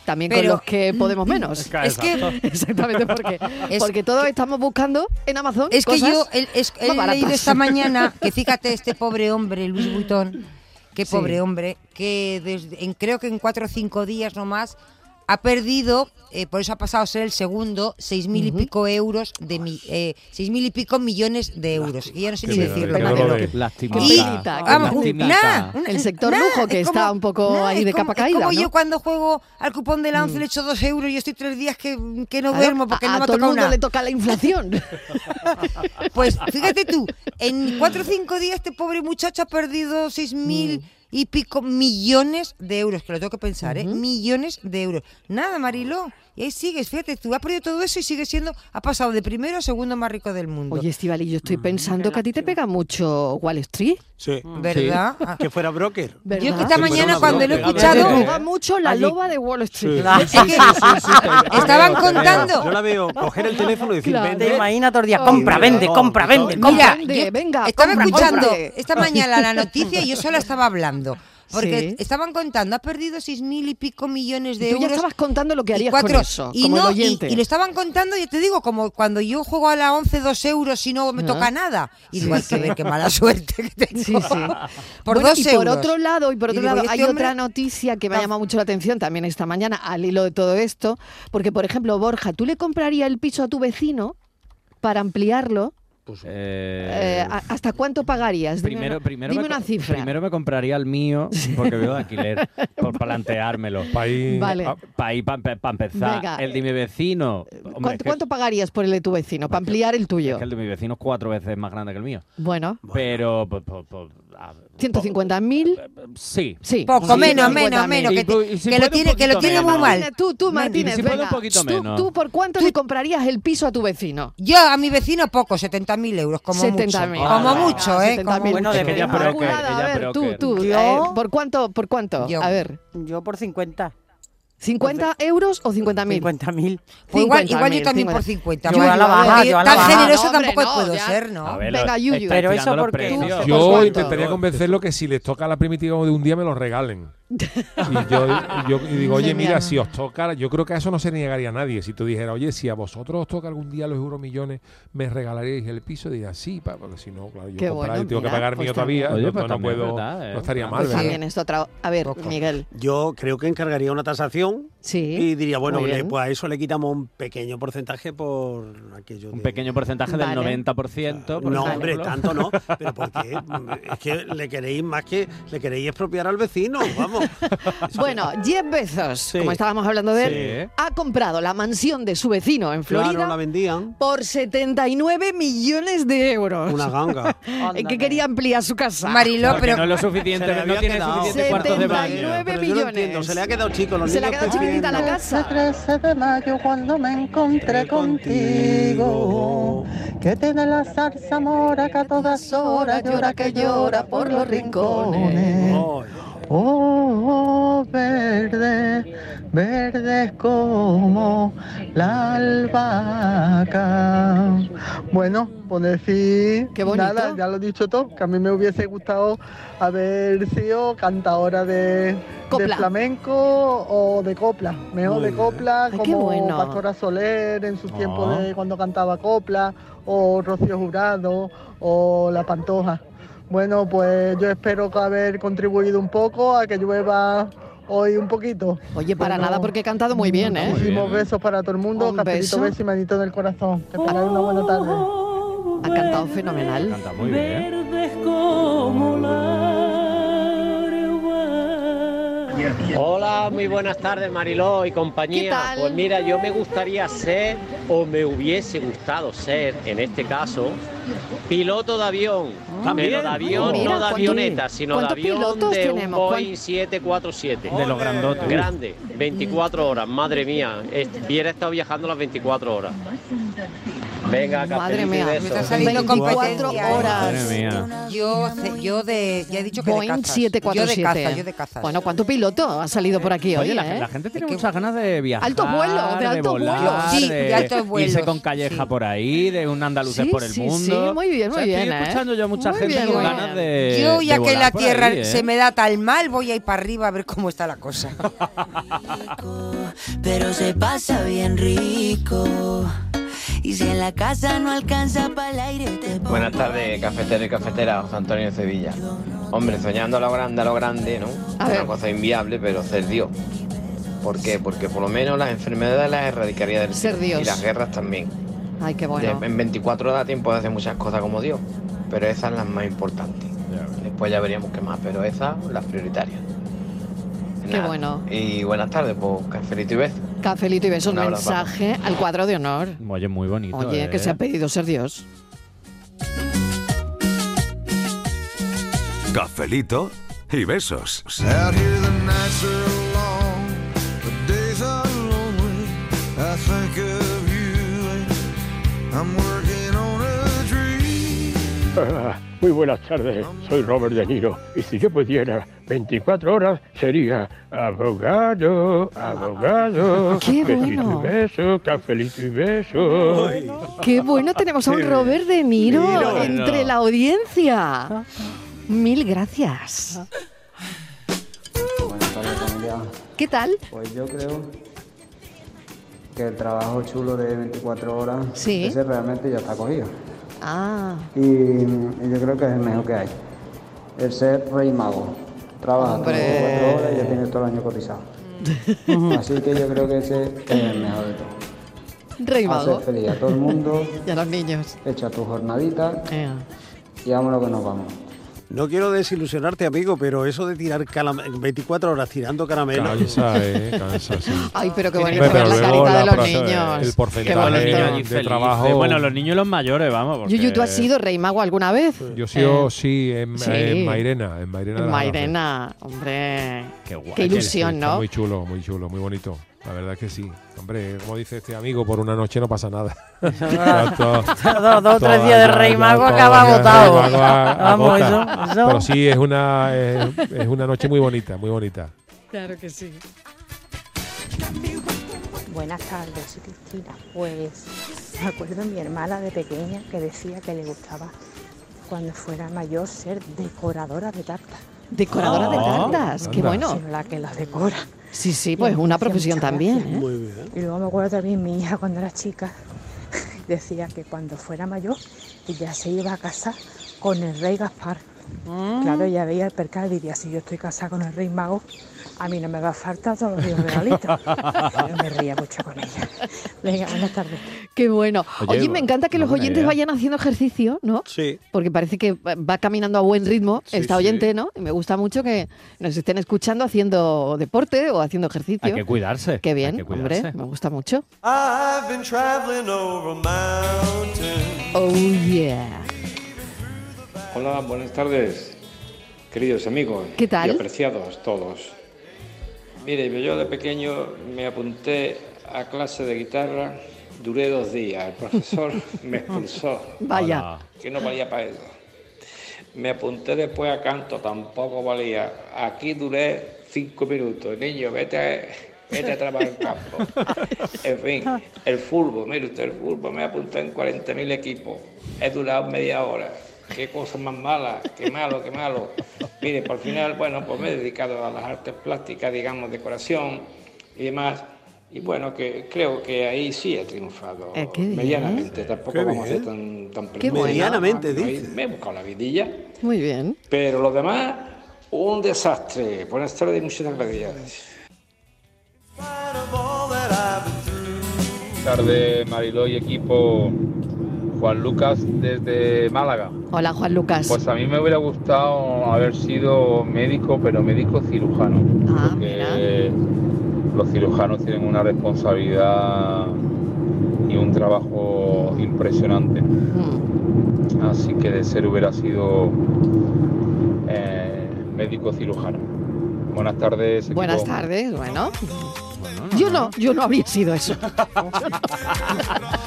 También con
Pero-
los que podemos menos.
Es que- Exacto.
exactamente porque
Es
porque todos estamos buscando en Amazon.
Es que
cosas
yo el- es-
más
he leído
baratas.
esta mañana que fíjate este pobre hombre, Luis Butón, qué
Sí.
pobre hombre, que desde- en, creo que en cuatro o cinco días nomás ha perdido, eh, por eso ha pasado a ser el segundo, seis mil y pico euros de mi- eh, seis mil y pico millones de euros. Y ya no sé ni
Qué
decirlo.
pena, qué dolor es. Lastimita,
Y,
qué
vamos,
lastimita.
nada,
El sector
nada,
lujo que
es como-
está un poco
nada,
ahí
es
de
como-
capa
es
caída.
como
¿no?
yo cuando juego al cupón de la 11 le echo dos euros y estoy tres días que, que no
Claro,
duermo porque
a-
no
a
me ha
todo el
tocado
mundo
nada.
le toca la inflación.
Pues fíjate tú, en cuatro o cinco días este pobre muchacho ha perdido seis
Mm.
mil y pico millones de euros, que lo tengo que pensar, ¿eh? Millones de euros. Nada, Marilo. Y ahí sigues, fíjate, tú has perdido todo eso y sigue siendo, ha pasado de primero a segundo más rico del mundo.
Oye, Estivali, yo estoy pensando que a ti te pega mucho Wall Street.
Sí.
¿Verdad?
Sí. Que fuera broker.
¿Verdad?
Yo que esta mañana cuando lo he
Te
escuchado...
pega mucho la
Allí.
loba de Wall Street.
Sí, sí, sí, sí, sí, te- te Estaban veo, te veo. contando.
Yo la veo coger el teléfono y decir,
Claro.
vende.
Te imaginas
todo el día,
compra,
vende, compra, vende,
Mira,
Vende,
yo
venga,
estaba
compra,
escuchando
compra.
esta mañana la noticia y yo sola estaba hablando. Porque
Sí.
estaban contando, ha perdido seis mil y pico millones de
Y tú ya
euros.
estabas contando lo que
y
harías con eso,
y
como el
no, y-
oyente.
Y, lo estaban contando, yo te digo, como cuando yo juego a la 11, dos euros y no me
Ah.
toca nada. Y digo,
Sí,
hay que
sí.
ver qué mala suerte que tengo.
Sí, sí.
Por
Bueno,
dos
y
euros.
por otro lado, y por
Y
otro
digo,
lado,
¿y este
hay
hombre?
otra noticia que me ha llamado mucho la atención también esta mañana al hilo de todo esto, porque por ejemplo, Borja, ¿tú le comprarías el piso a tu vecino para ampliarlo?
Eh,
Pues
Eh, ¿a- ¿Hasta cuánto pagarías? Dime
primero,
una-
primero,
dime
me,
una
co-
cifra.
primero me compraría el mío porque veo de alquiler, por planteármelo. Ah, Para ir,
Vale.
para empezar.
Venga. Eh,
El de mi vecino. hombre,
¿Cuánto,
es que-
cuánto pagarías por el de tu vecino? Para ampliar el tuyo.
es que el de mi vecino es cuatro veces más grande que el mío.
Bueno,
Pero, pues, pues, pues, a-
150.000.
sí.
Sí.
Poco,
Sí,
menos,
50.000.
menos, menos.
Y
Que,
pu-
te-
y si
que
puede
lo
un
tiene, que lo
poquito
tiene muy
menos.
mal.
Martínez, Tú, tú, Martínez,
si puede un
venga.
poquito
tú,
menos.
tú, ¿por cuánto le comprarías el piso a tu vecino?
Yo a mi vecino poco, 70.000 euros, como
70.000.
mucho. Como
Ah,
mucho, ¿eh? Como
70.000.
mucho.
Es que ella
Alguna,
broker,
a
ella
ver, tú,
broker.
tú,
Yo-
eh, ¿por cuánto? ¿Por cuánto?
Yo.
A ver.
Yo por 50.
¿50 euros o 50.000?
50.000.
Pues igual- igual yo también por 50.
Yo a la baja, yo a la
Tan
baja.
generoso
No, hombre,
tampoco
no,
puedo
ya.
ser, ¿no?
A ver,
Venga,
lo-
Yuyu.
estáis
Pero
tirando
eso
los
porque tú-
precios.
¿Por
Yo
cuánto?
intentaría convencerlo que si les toca la primitiva de un día me los regalen. Y yo, yo y digo, oye, mira, si os toca, yo creo que a eso no se negaría a nadie. Si tú dijeras, oye, si a vosotros os toca algún día los euromillones, me regalaréis el piso, diría, sí, pa, porque si no, claro, yo
Qué
comprar-
bueno,
yo tengo
mira,
que pagar
pues
mío todavía,
también. Oye,
no-
pues
no,
también es
puedo,
verdad, ¿eh?
no estaría mal,
Pues
¿verdad?
también esto otra... A ver, Miguel.
Yo creo que encargaría una tasación
Sí.
y diría, bueno,
Muy
le-
bien.
pues a eso le quitamos un pequeño porcentaje por aquello
Un
de...
pequeño porcentaje
Vale.
del 90%. por
No,
ejemplo.
hombre, tanto no, pero ¿por qué? Es que le queréis más que le queréis expropiar al vecino, vamos.
Bueno, Jeff Bezos, como estábamos hablando de él,
Sí.
ha comprado la mansión de su vecino en Florida
Claro, la vendían.
por 79 millones de euros.
Una ganga.
¿En que quería ampliar su casa?
Mariló,
Porque no es lo suficiente,
Se le
no
había
tiene
quedado.
suficientes cuartos de baño.
79
Pero yo no entiendo,
millones.
se le ha quedado chico los
Se le ha
niños
quedado chiquitita la
creciendo.
casa.
13 de mayo cuando me encontré contigo Que tiene la salsa mora que a todas horas llora que llora por los rincones Oh, verde, verdes como la albahaca Bueno, por decir
Qué bonito.
nada, ya lo he dicho todo Que a mí me hubiese gustado haber sido cantadora de, de
Copla.
flamenco o de copla Mejor
Muy
de
bien.
copla
Ay, qué
como
bueno.
Pastora Soler en su tiempo
Ah.
de cuando cantaba copla, o Rocío Jurado, o La Pantoja. Bueno, pues yo espero que haber contribuido un poco a que llueva hoy un poquito.
Oye, para
Bueno,
nada, porque he cantado muy bien, ¿eh?
Muchísimos besos para todo el mundo,
Un
cafelito,
beso.
beso y manito en el corazón. Que tengáis una buena tarde.
Ha cantado fenomenal.
Canta muy bien. ¿eh?
Hola, muy buenas tardes Mariló y
¿Qué
compañía.
tal?
Pues mira, yo me gustaría ser, o me hubiese gustado ser, en este caso, piloto de avión.
También.
Pero de avión,
Ah, Mira,
no de
¿cuántos-
avioneta, sino de
cuántos
avión
pilotos
de un
tenemos?
Boeing
¿Cuán-
747.
De los grandotes.
Grande, 24 horas, madre mía. es- Hubiera estado viajando las 24 horas. Venga,
Madre
cafelito y
mía,
besos.
Está saliendo
24
competencia, ¿eh?
horas.
Madre mía.
Yo, ce- yo de. Ya he dicho que de
Boeing
cazas. Yo de
747.
caza, yo de cazas.
Bueno, ¿cuánto piloto ha salido por aquí hoy?
Oye, la,
eh?
la gente tiene muchas ganas de viajar.
Altos vuelos, de altos
volar,
vuelos.
Sí, de altos vuelos,
Irse con calleja
sí.
por ahí, de un andaluz
Sí,
por el
sí,
mundo.
sí, muy bien,
O sea,
muy
estoy
bien, ¿eh?
escuchando yo a mucha
Muy
gente
bien,
con
muy
ganas
bien.
de.
Yo, ya
de
que
volar
la
por
tierra
ahí, ¿eh?
se me da tan mal, voy a ir para arriba a ver cómo está la cosa.
Pero se pasa bien rico. Y si en la casa no alcanza para el aire, te pongo
Buenas tardes, cafetero y cafetera, José Antonio de Sevilla. Hombre, soñando a lo grande, a lo grande, ¿no?
A
Una
ver.
cosa inviable, pero ser Dios. ¿Por qué? Porque por lo menos las enfermedades las erradicaría del
Ser
cielo. Y
Dios.
las guerras también.
Ay, qué bueno.
De- en 24 da tiempo de hacer muchas cosas como Dios, pero esas las más importantes. Después ya veríamos qué más, pero esas las prioritarias.
Qué bueno.
Y buenas tardes, pues cafelito y besos.
Cafelito y besos,
Un abrazo.
mensaje al cuadro de honor.
Oye, muy bonito.
Oye, que
¿eh?
se ha pedido ser Dios.
Cafelito y besos.
Out here the nights are long, the days are lonely. I think of you and I'm working on a dream.
Ah, Muy buenas tardes, soy Robert De Niro y si yo pudiera 24 horas sería abogado, abogado.
Qué
Cafelito
bueno.
y beso, cafelito y beso.
Qué bueno, tenemos a un Robert De Niro
Niro.
entre la audiencia. Mil gracias.
Buenas tardes, familia.
¿Qué tal?
Pues yo creo que el trabajo chulo de 24 horas,
Sí.
ese realmente ya está cogido.
Ah,
Y, y yo creo que es el mejor que hay. El ser rey mago. Trabaja
Hombre. Mm.
24 horas y ya tiene todo el año cotizado. Así que yo creo que ese es el mejor de todos.
Rey Mago.
Hacer feliz a todo el mundo.
y a los niños.
Echa tu jornadita. Y vámonos que nos vamos.
No quiero desilusionarte, amigo, pero eso de tirar calam- 24 horas tirando caramelos.
Cansa, eh, cansa, sí.
Ay, pero qué
Tiene
bonito
que
ver la
ver luego
carita de
la
los
plaza-
niños.
el porcentaje
Qué bonito.
de-
Niños allí
de
felices.
trabajo.
Bueno, los niños y los mayores, vamos. porque-
Yuyu, ¿tú has sido Rey Mago alguna vez? Eh,
Yo sí, oh, sí, en,
Sí.
en Mairena. En Mairena. de
En
la Garrafa.
Mairena, hombre.
Qué guay.
ilusión,
Está
¿no?
Muy chulo, muy chulo, muy bonito. La verdad es que sí. Hombre, como dice este amigo, por una noche no pasa nada.
Dos- dos, tres días de Rey Mago acaba agotado. Vamos,
Vamos,
eso- eso-
Pero sí, es una, es, es una noche muy bonita, muy bonita.
Claro que sí. Buenas tardes, soy Cristina. Pues me acuerdo de mi hermana de pequeña que decía que le gustaba cuando fuera mayor ser decoradora de tartas.
Decoradora de Ah, tartas, qué anda. bueno.
Sino la que las decora.
Sí, sí,
Y
pues
me
una
hacía
profesión
mucha
también,
gracia.
¿eh? Muy
Y luego me acuerdo también mi hija cuando era chica decía que cuando fuera mayor ella se iba a casar con el rey Gaspar. Claro, ya veía el percal y diría, si yo estoy casada con el rey mago, a mí no me va a faltar todos los días un regalito. Yo me ría mucho con ella. Venga, buenas tardes.
Qué bueno.
Oye,
Oye, me encanta que
una
los
buena
oyentes
idea.
vayan haciendo ejercicio, ¿no?
Sí.
Porque parece que va- va caminando a buen ritmo
Sí,
esta
sí.
oyente, ¿no? Y me gusta mucho que nos estén escuchando haciendo deporte o haciendo ejercicio.
Hay que cuidarse.
Qué bien,
hay que cuidarse.
hombre, me gusta mucho.
I've been traveling over mountains.
Oh yeah.
Hola, buenas tardes, queridos amigos.
¿Qué tal?
Y apreciados todos. Mire, yo de pequeño me apunté a clase de guitarra, duré dos días. El profesor me expulsó.
Vaya.
Que no valía para eso. Me apunté después a canto, tampoco valía. Aquí duré cinco minutos. Niño, vete, vete a trabajar en campo. En fin, el fútbol, mire usted, el fútbol me apunté en 40.000 equipos. He durado media hora. Qué cosa más mala, qué malo, qué malo. Mire, por final, bueno, pues me he dedicado a las artes plásticas, digamos, decoración y demás. Y bueno, que creo que ahí sí he triunfado.
Eh, qué bien.
medianamente, tampoco
Qué
vamos a ser
bien.
tan, tan
Qué bueno. Medianamente,
¿no? Ahí
dice.
Me he buscado la vidilla.
Muy bien.
Pero lo demás, un desastre. Buenas tardes y muchas gracias.
Buenas tardes, Mariló y equipo. Juan Lucas desde Málaga.
Hola, Juan Lucas.
Pues a mí me hubiera gustado haber sido médico, pero médico cirujano.
Ah,
porque los cirujanos tienen una responsabilidad y un trabajo impresionante.
Mm.
Así que de ser hubiera sido eh, médico cirujano. Buenas tardes. equipo.
Buenas tardes, bueno. yo no, yo no habría sido eso.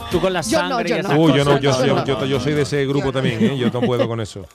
Tú con la
Yo no,
sangre
yo
y
no.
esas
Uy, yo no,
cosas,
yo,
no,
yo,
no,
yo-
no,
yo soy de ese grupo también, ¿eh? Yo no puedo con eso.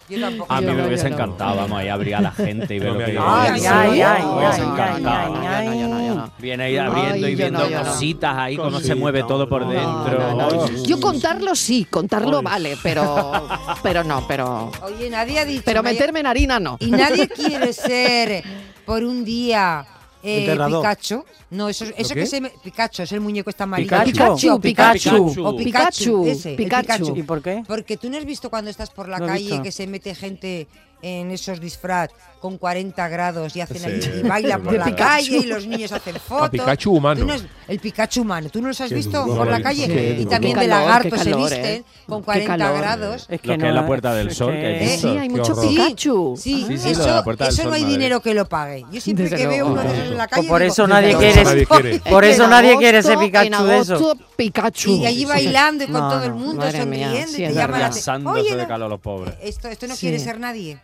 A mí me
Yo
hubiese
no,
encantado, vamos, ahí abría la gente y ver
No
lo
me
que
hagas
iba a
eso.
ver.
Ay, ay,
Me
ay,
hubiese
ay,
Pues encantado.
ay, ay, ay, ay.
Viene ahí abriendo
Ay, yo
y viendo
no, yo no.
cositas ahí, cómo se mueve todo por dentro.
Yo contarlo sí, contarlo vale, pero pero no, pero
Oye, nadie ha dicho.
pero
nadie-
meterme en harina no.
Y nadie quiere ser por un día eh,
Enterrador.
Pikachu. No, eso, eso
qué?
que se me- Pikachu es el muñeco está amarillo.
Pikachu. Pikachu, Pikachu.
O Pikachu.
Pikachu,
ese, el
Pikachu.
Pikachu.
¿Y
por qué?
Porque tú no has visto cuando estás por la
No he
calle
visto.
que se mete gente en esos disfraz con 40 grados y hacen
Sí,
allí y
es
baila por la
verdad.
calle y los niños hacen fotos.
Pikachu humano.
Tú no has- el Pikachu humano. ¿Tú no los has
Qué
visto
duro,
por la
qué
calle?
duro.
y
Qué
también de
calor,
lagarto
qué
se
calor,
visten
¿eh?
con
Qué
40
calor.
grados.
que Lo que no eh. es la Puerta del Sol, que Eh, hay mucho. Qué horror.
Pikachu.
Sí, sí, lo de la
eso,
Puerta del
eso
Sol,
no hay
madre.
dinero que lo pague. Yo siempre
Desde
que veo
luego.
uno de esos en la calle.
por
digo,
eso nadie
"Desde
quiere,
luego".
por eso
En
nadie quiere ese
agosto- en
Pikachu de eso.
agosto,
Pikachu.
Y allí bailando y con
No,
todo
no,
el mundo
madre mía,
sonriendo
sí,
y te
es
llaman la
verdad.
atención.
Cansándose de calor los pobres.
Esto, esto no
Sí.
quiere ser nadie.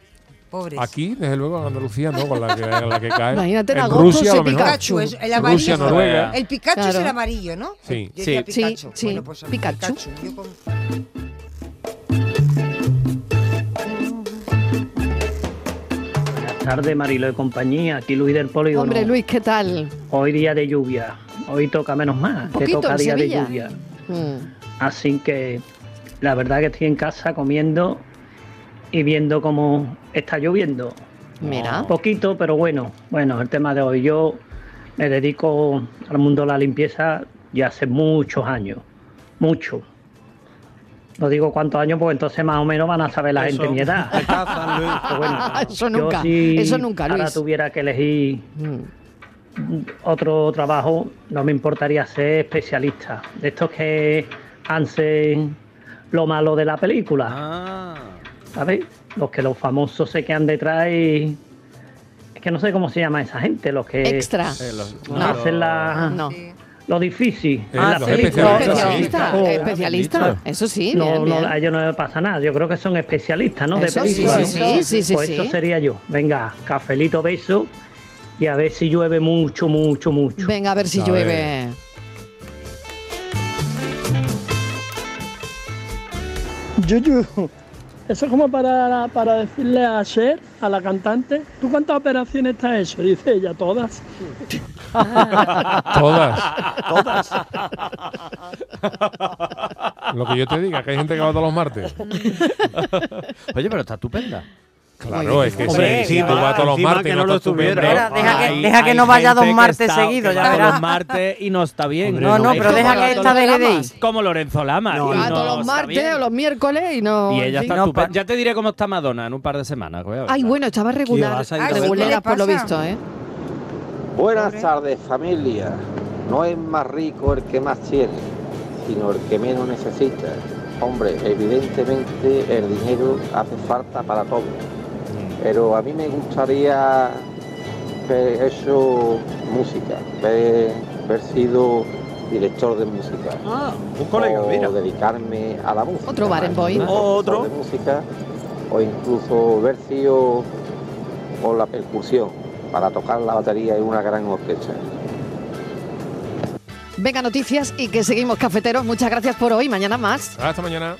Pobres.
Aquí, desde luego, en Andalucía, ¿no? Con la que, la que cae.
Imagínate en
en
agosto
Rusia, a
ese
lo mejor.
Pikachu, es el amarillo.
Rusia, Noruega.
El Pikachu es
Claro.
el amarillo, ¿no?
Sí.
Yo diría
Sí,
Pikachu.
sí,
Bueno, pues,
Pikachu.
Yo con-
Buenas tardes, Marilo y compañía. Aquí Luis del Polígono.
Hombre, Luis, ¿qué tal?
Hoy día de lluvia. Hoy toca menos más. que
Poquito
toca
en
día
Sevilla.
de lluvia.
Mm.
Así que la verdad que estoy en casa comiendo y viendo cómo está lloviendo. Oh.
Mira.
Poquito, pero bueno. Bueno, el tema de hoy. Yo me dedico al mundo de la limpieza ya hace muchos años. Mucho. No digo cuántos años, porque entonces más o menos van a saber la gente mi edad.
eso
Yo
nunca,
si
eso nunca,
ahora
Luis.
tuviera que elegir mm, otro trabajo, no me importaría ser especialista. De estos que hacen lo malo de la película. ¿Sabes? Los que los famosos se quedan detrás y. Es que no sé cómo se llama esa gente, los que.
Extra.
Sí, los-
no.
Hacen la.
No.
Lo difícil. en
Ah,
la
sí,
película.
especialista,
O-
especialista, eso sí,
No,
bien,
no,
bien.
a ellos no les pasa nada. Yo creo que son especialistas, ¿no?
Eso
de
sí,
películas.
sí,
¿no?
sí, sí, sí,
Pues
sí.
eso sería yo. Venga, cafelito, beso. Y a ver si llueve mucho, mucho, mucho.
Venga, a ver si
A
llueve.
ver.
Yuyu, eso es como para, para decirle a Cher, a la cantante, ¿tú cuántas operaciones te has hecho? Dice ella, todas.
Todas.
Todas.
Lo que yo te diga, que hay gente que va todos los martes.
Oye, pero está estupenda.
Claro, es que sí, sí, tú vas todos los martes. y no estás estupendo.
deja que- deja que no vaya dos martes seguidos, ya verás.
Dos martes y no está bien.
Hombre, No, no, no, pero
Es
deja
como
que
Lorenzo
esta deje de
Lamas, Como Lorenzo Lama.
Ah, todos los martes o los miércoles y no.
Y ella
en fin.
está estupenda. Ya te diré cómo está Madonna en un par de semanas. voy a ver.
Ay, bueno, estaba regular,
vas a ir a
regulera
verla?
por lo
¿Qué le
visto, ¿eh?
Buenas tardes, familia. No es más rico el que más tiene, sino el que menos necesita. Hombre, evidentemente el dinero hace falta para todo. Pero a mí me gustaría haber hecho música, haber, haber sido director de música.
Ah, un colega,
o
mira.
dedicarme a la música.
Otro Barenboim.
Más,
O
productor
otro.
De música, o incluso haber sido o la percusión para tocar la batería en una gran orquesta.
Venga, noticias y que seguimos, cafeteros. Muchas gracias por hoy. Mañana más.
Hasta mañana.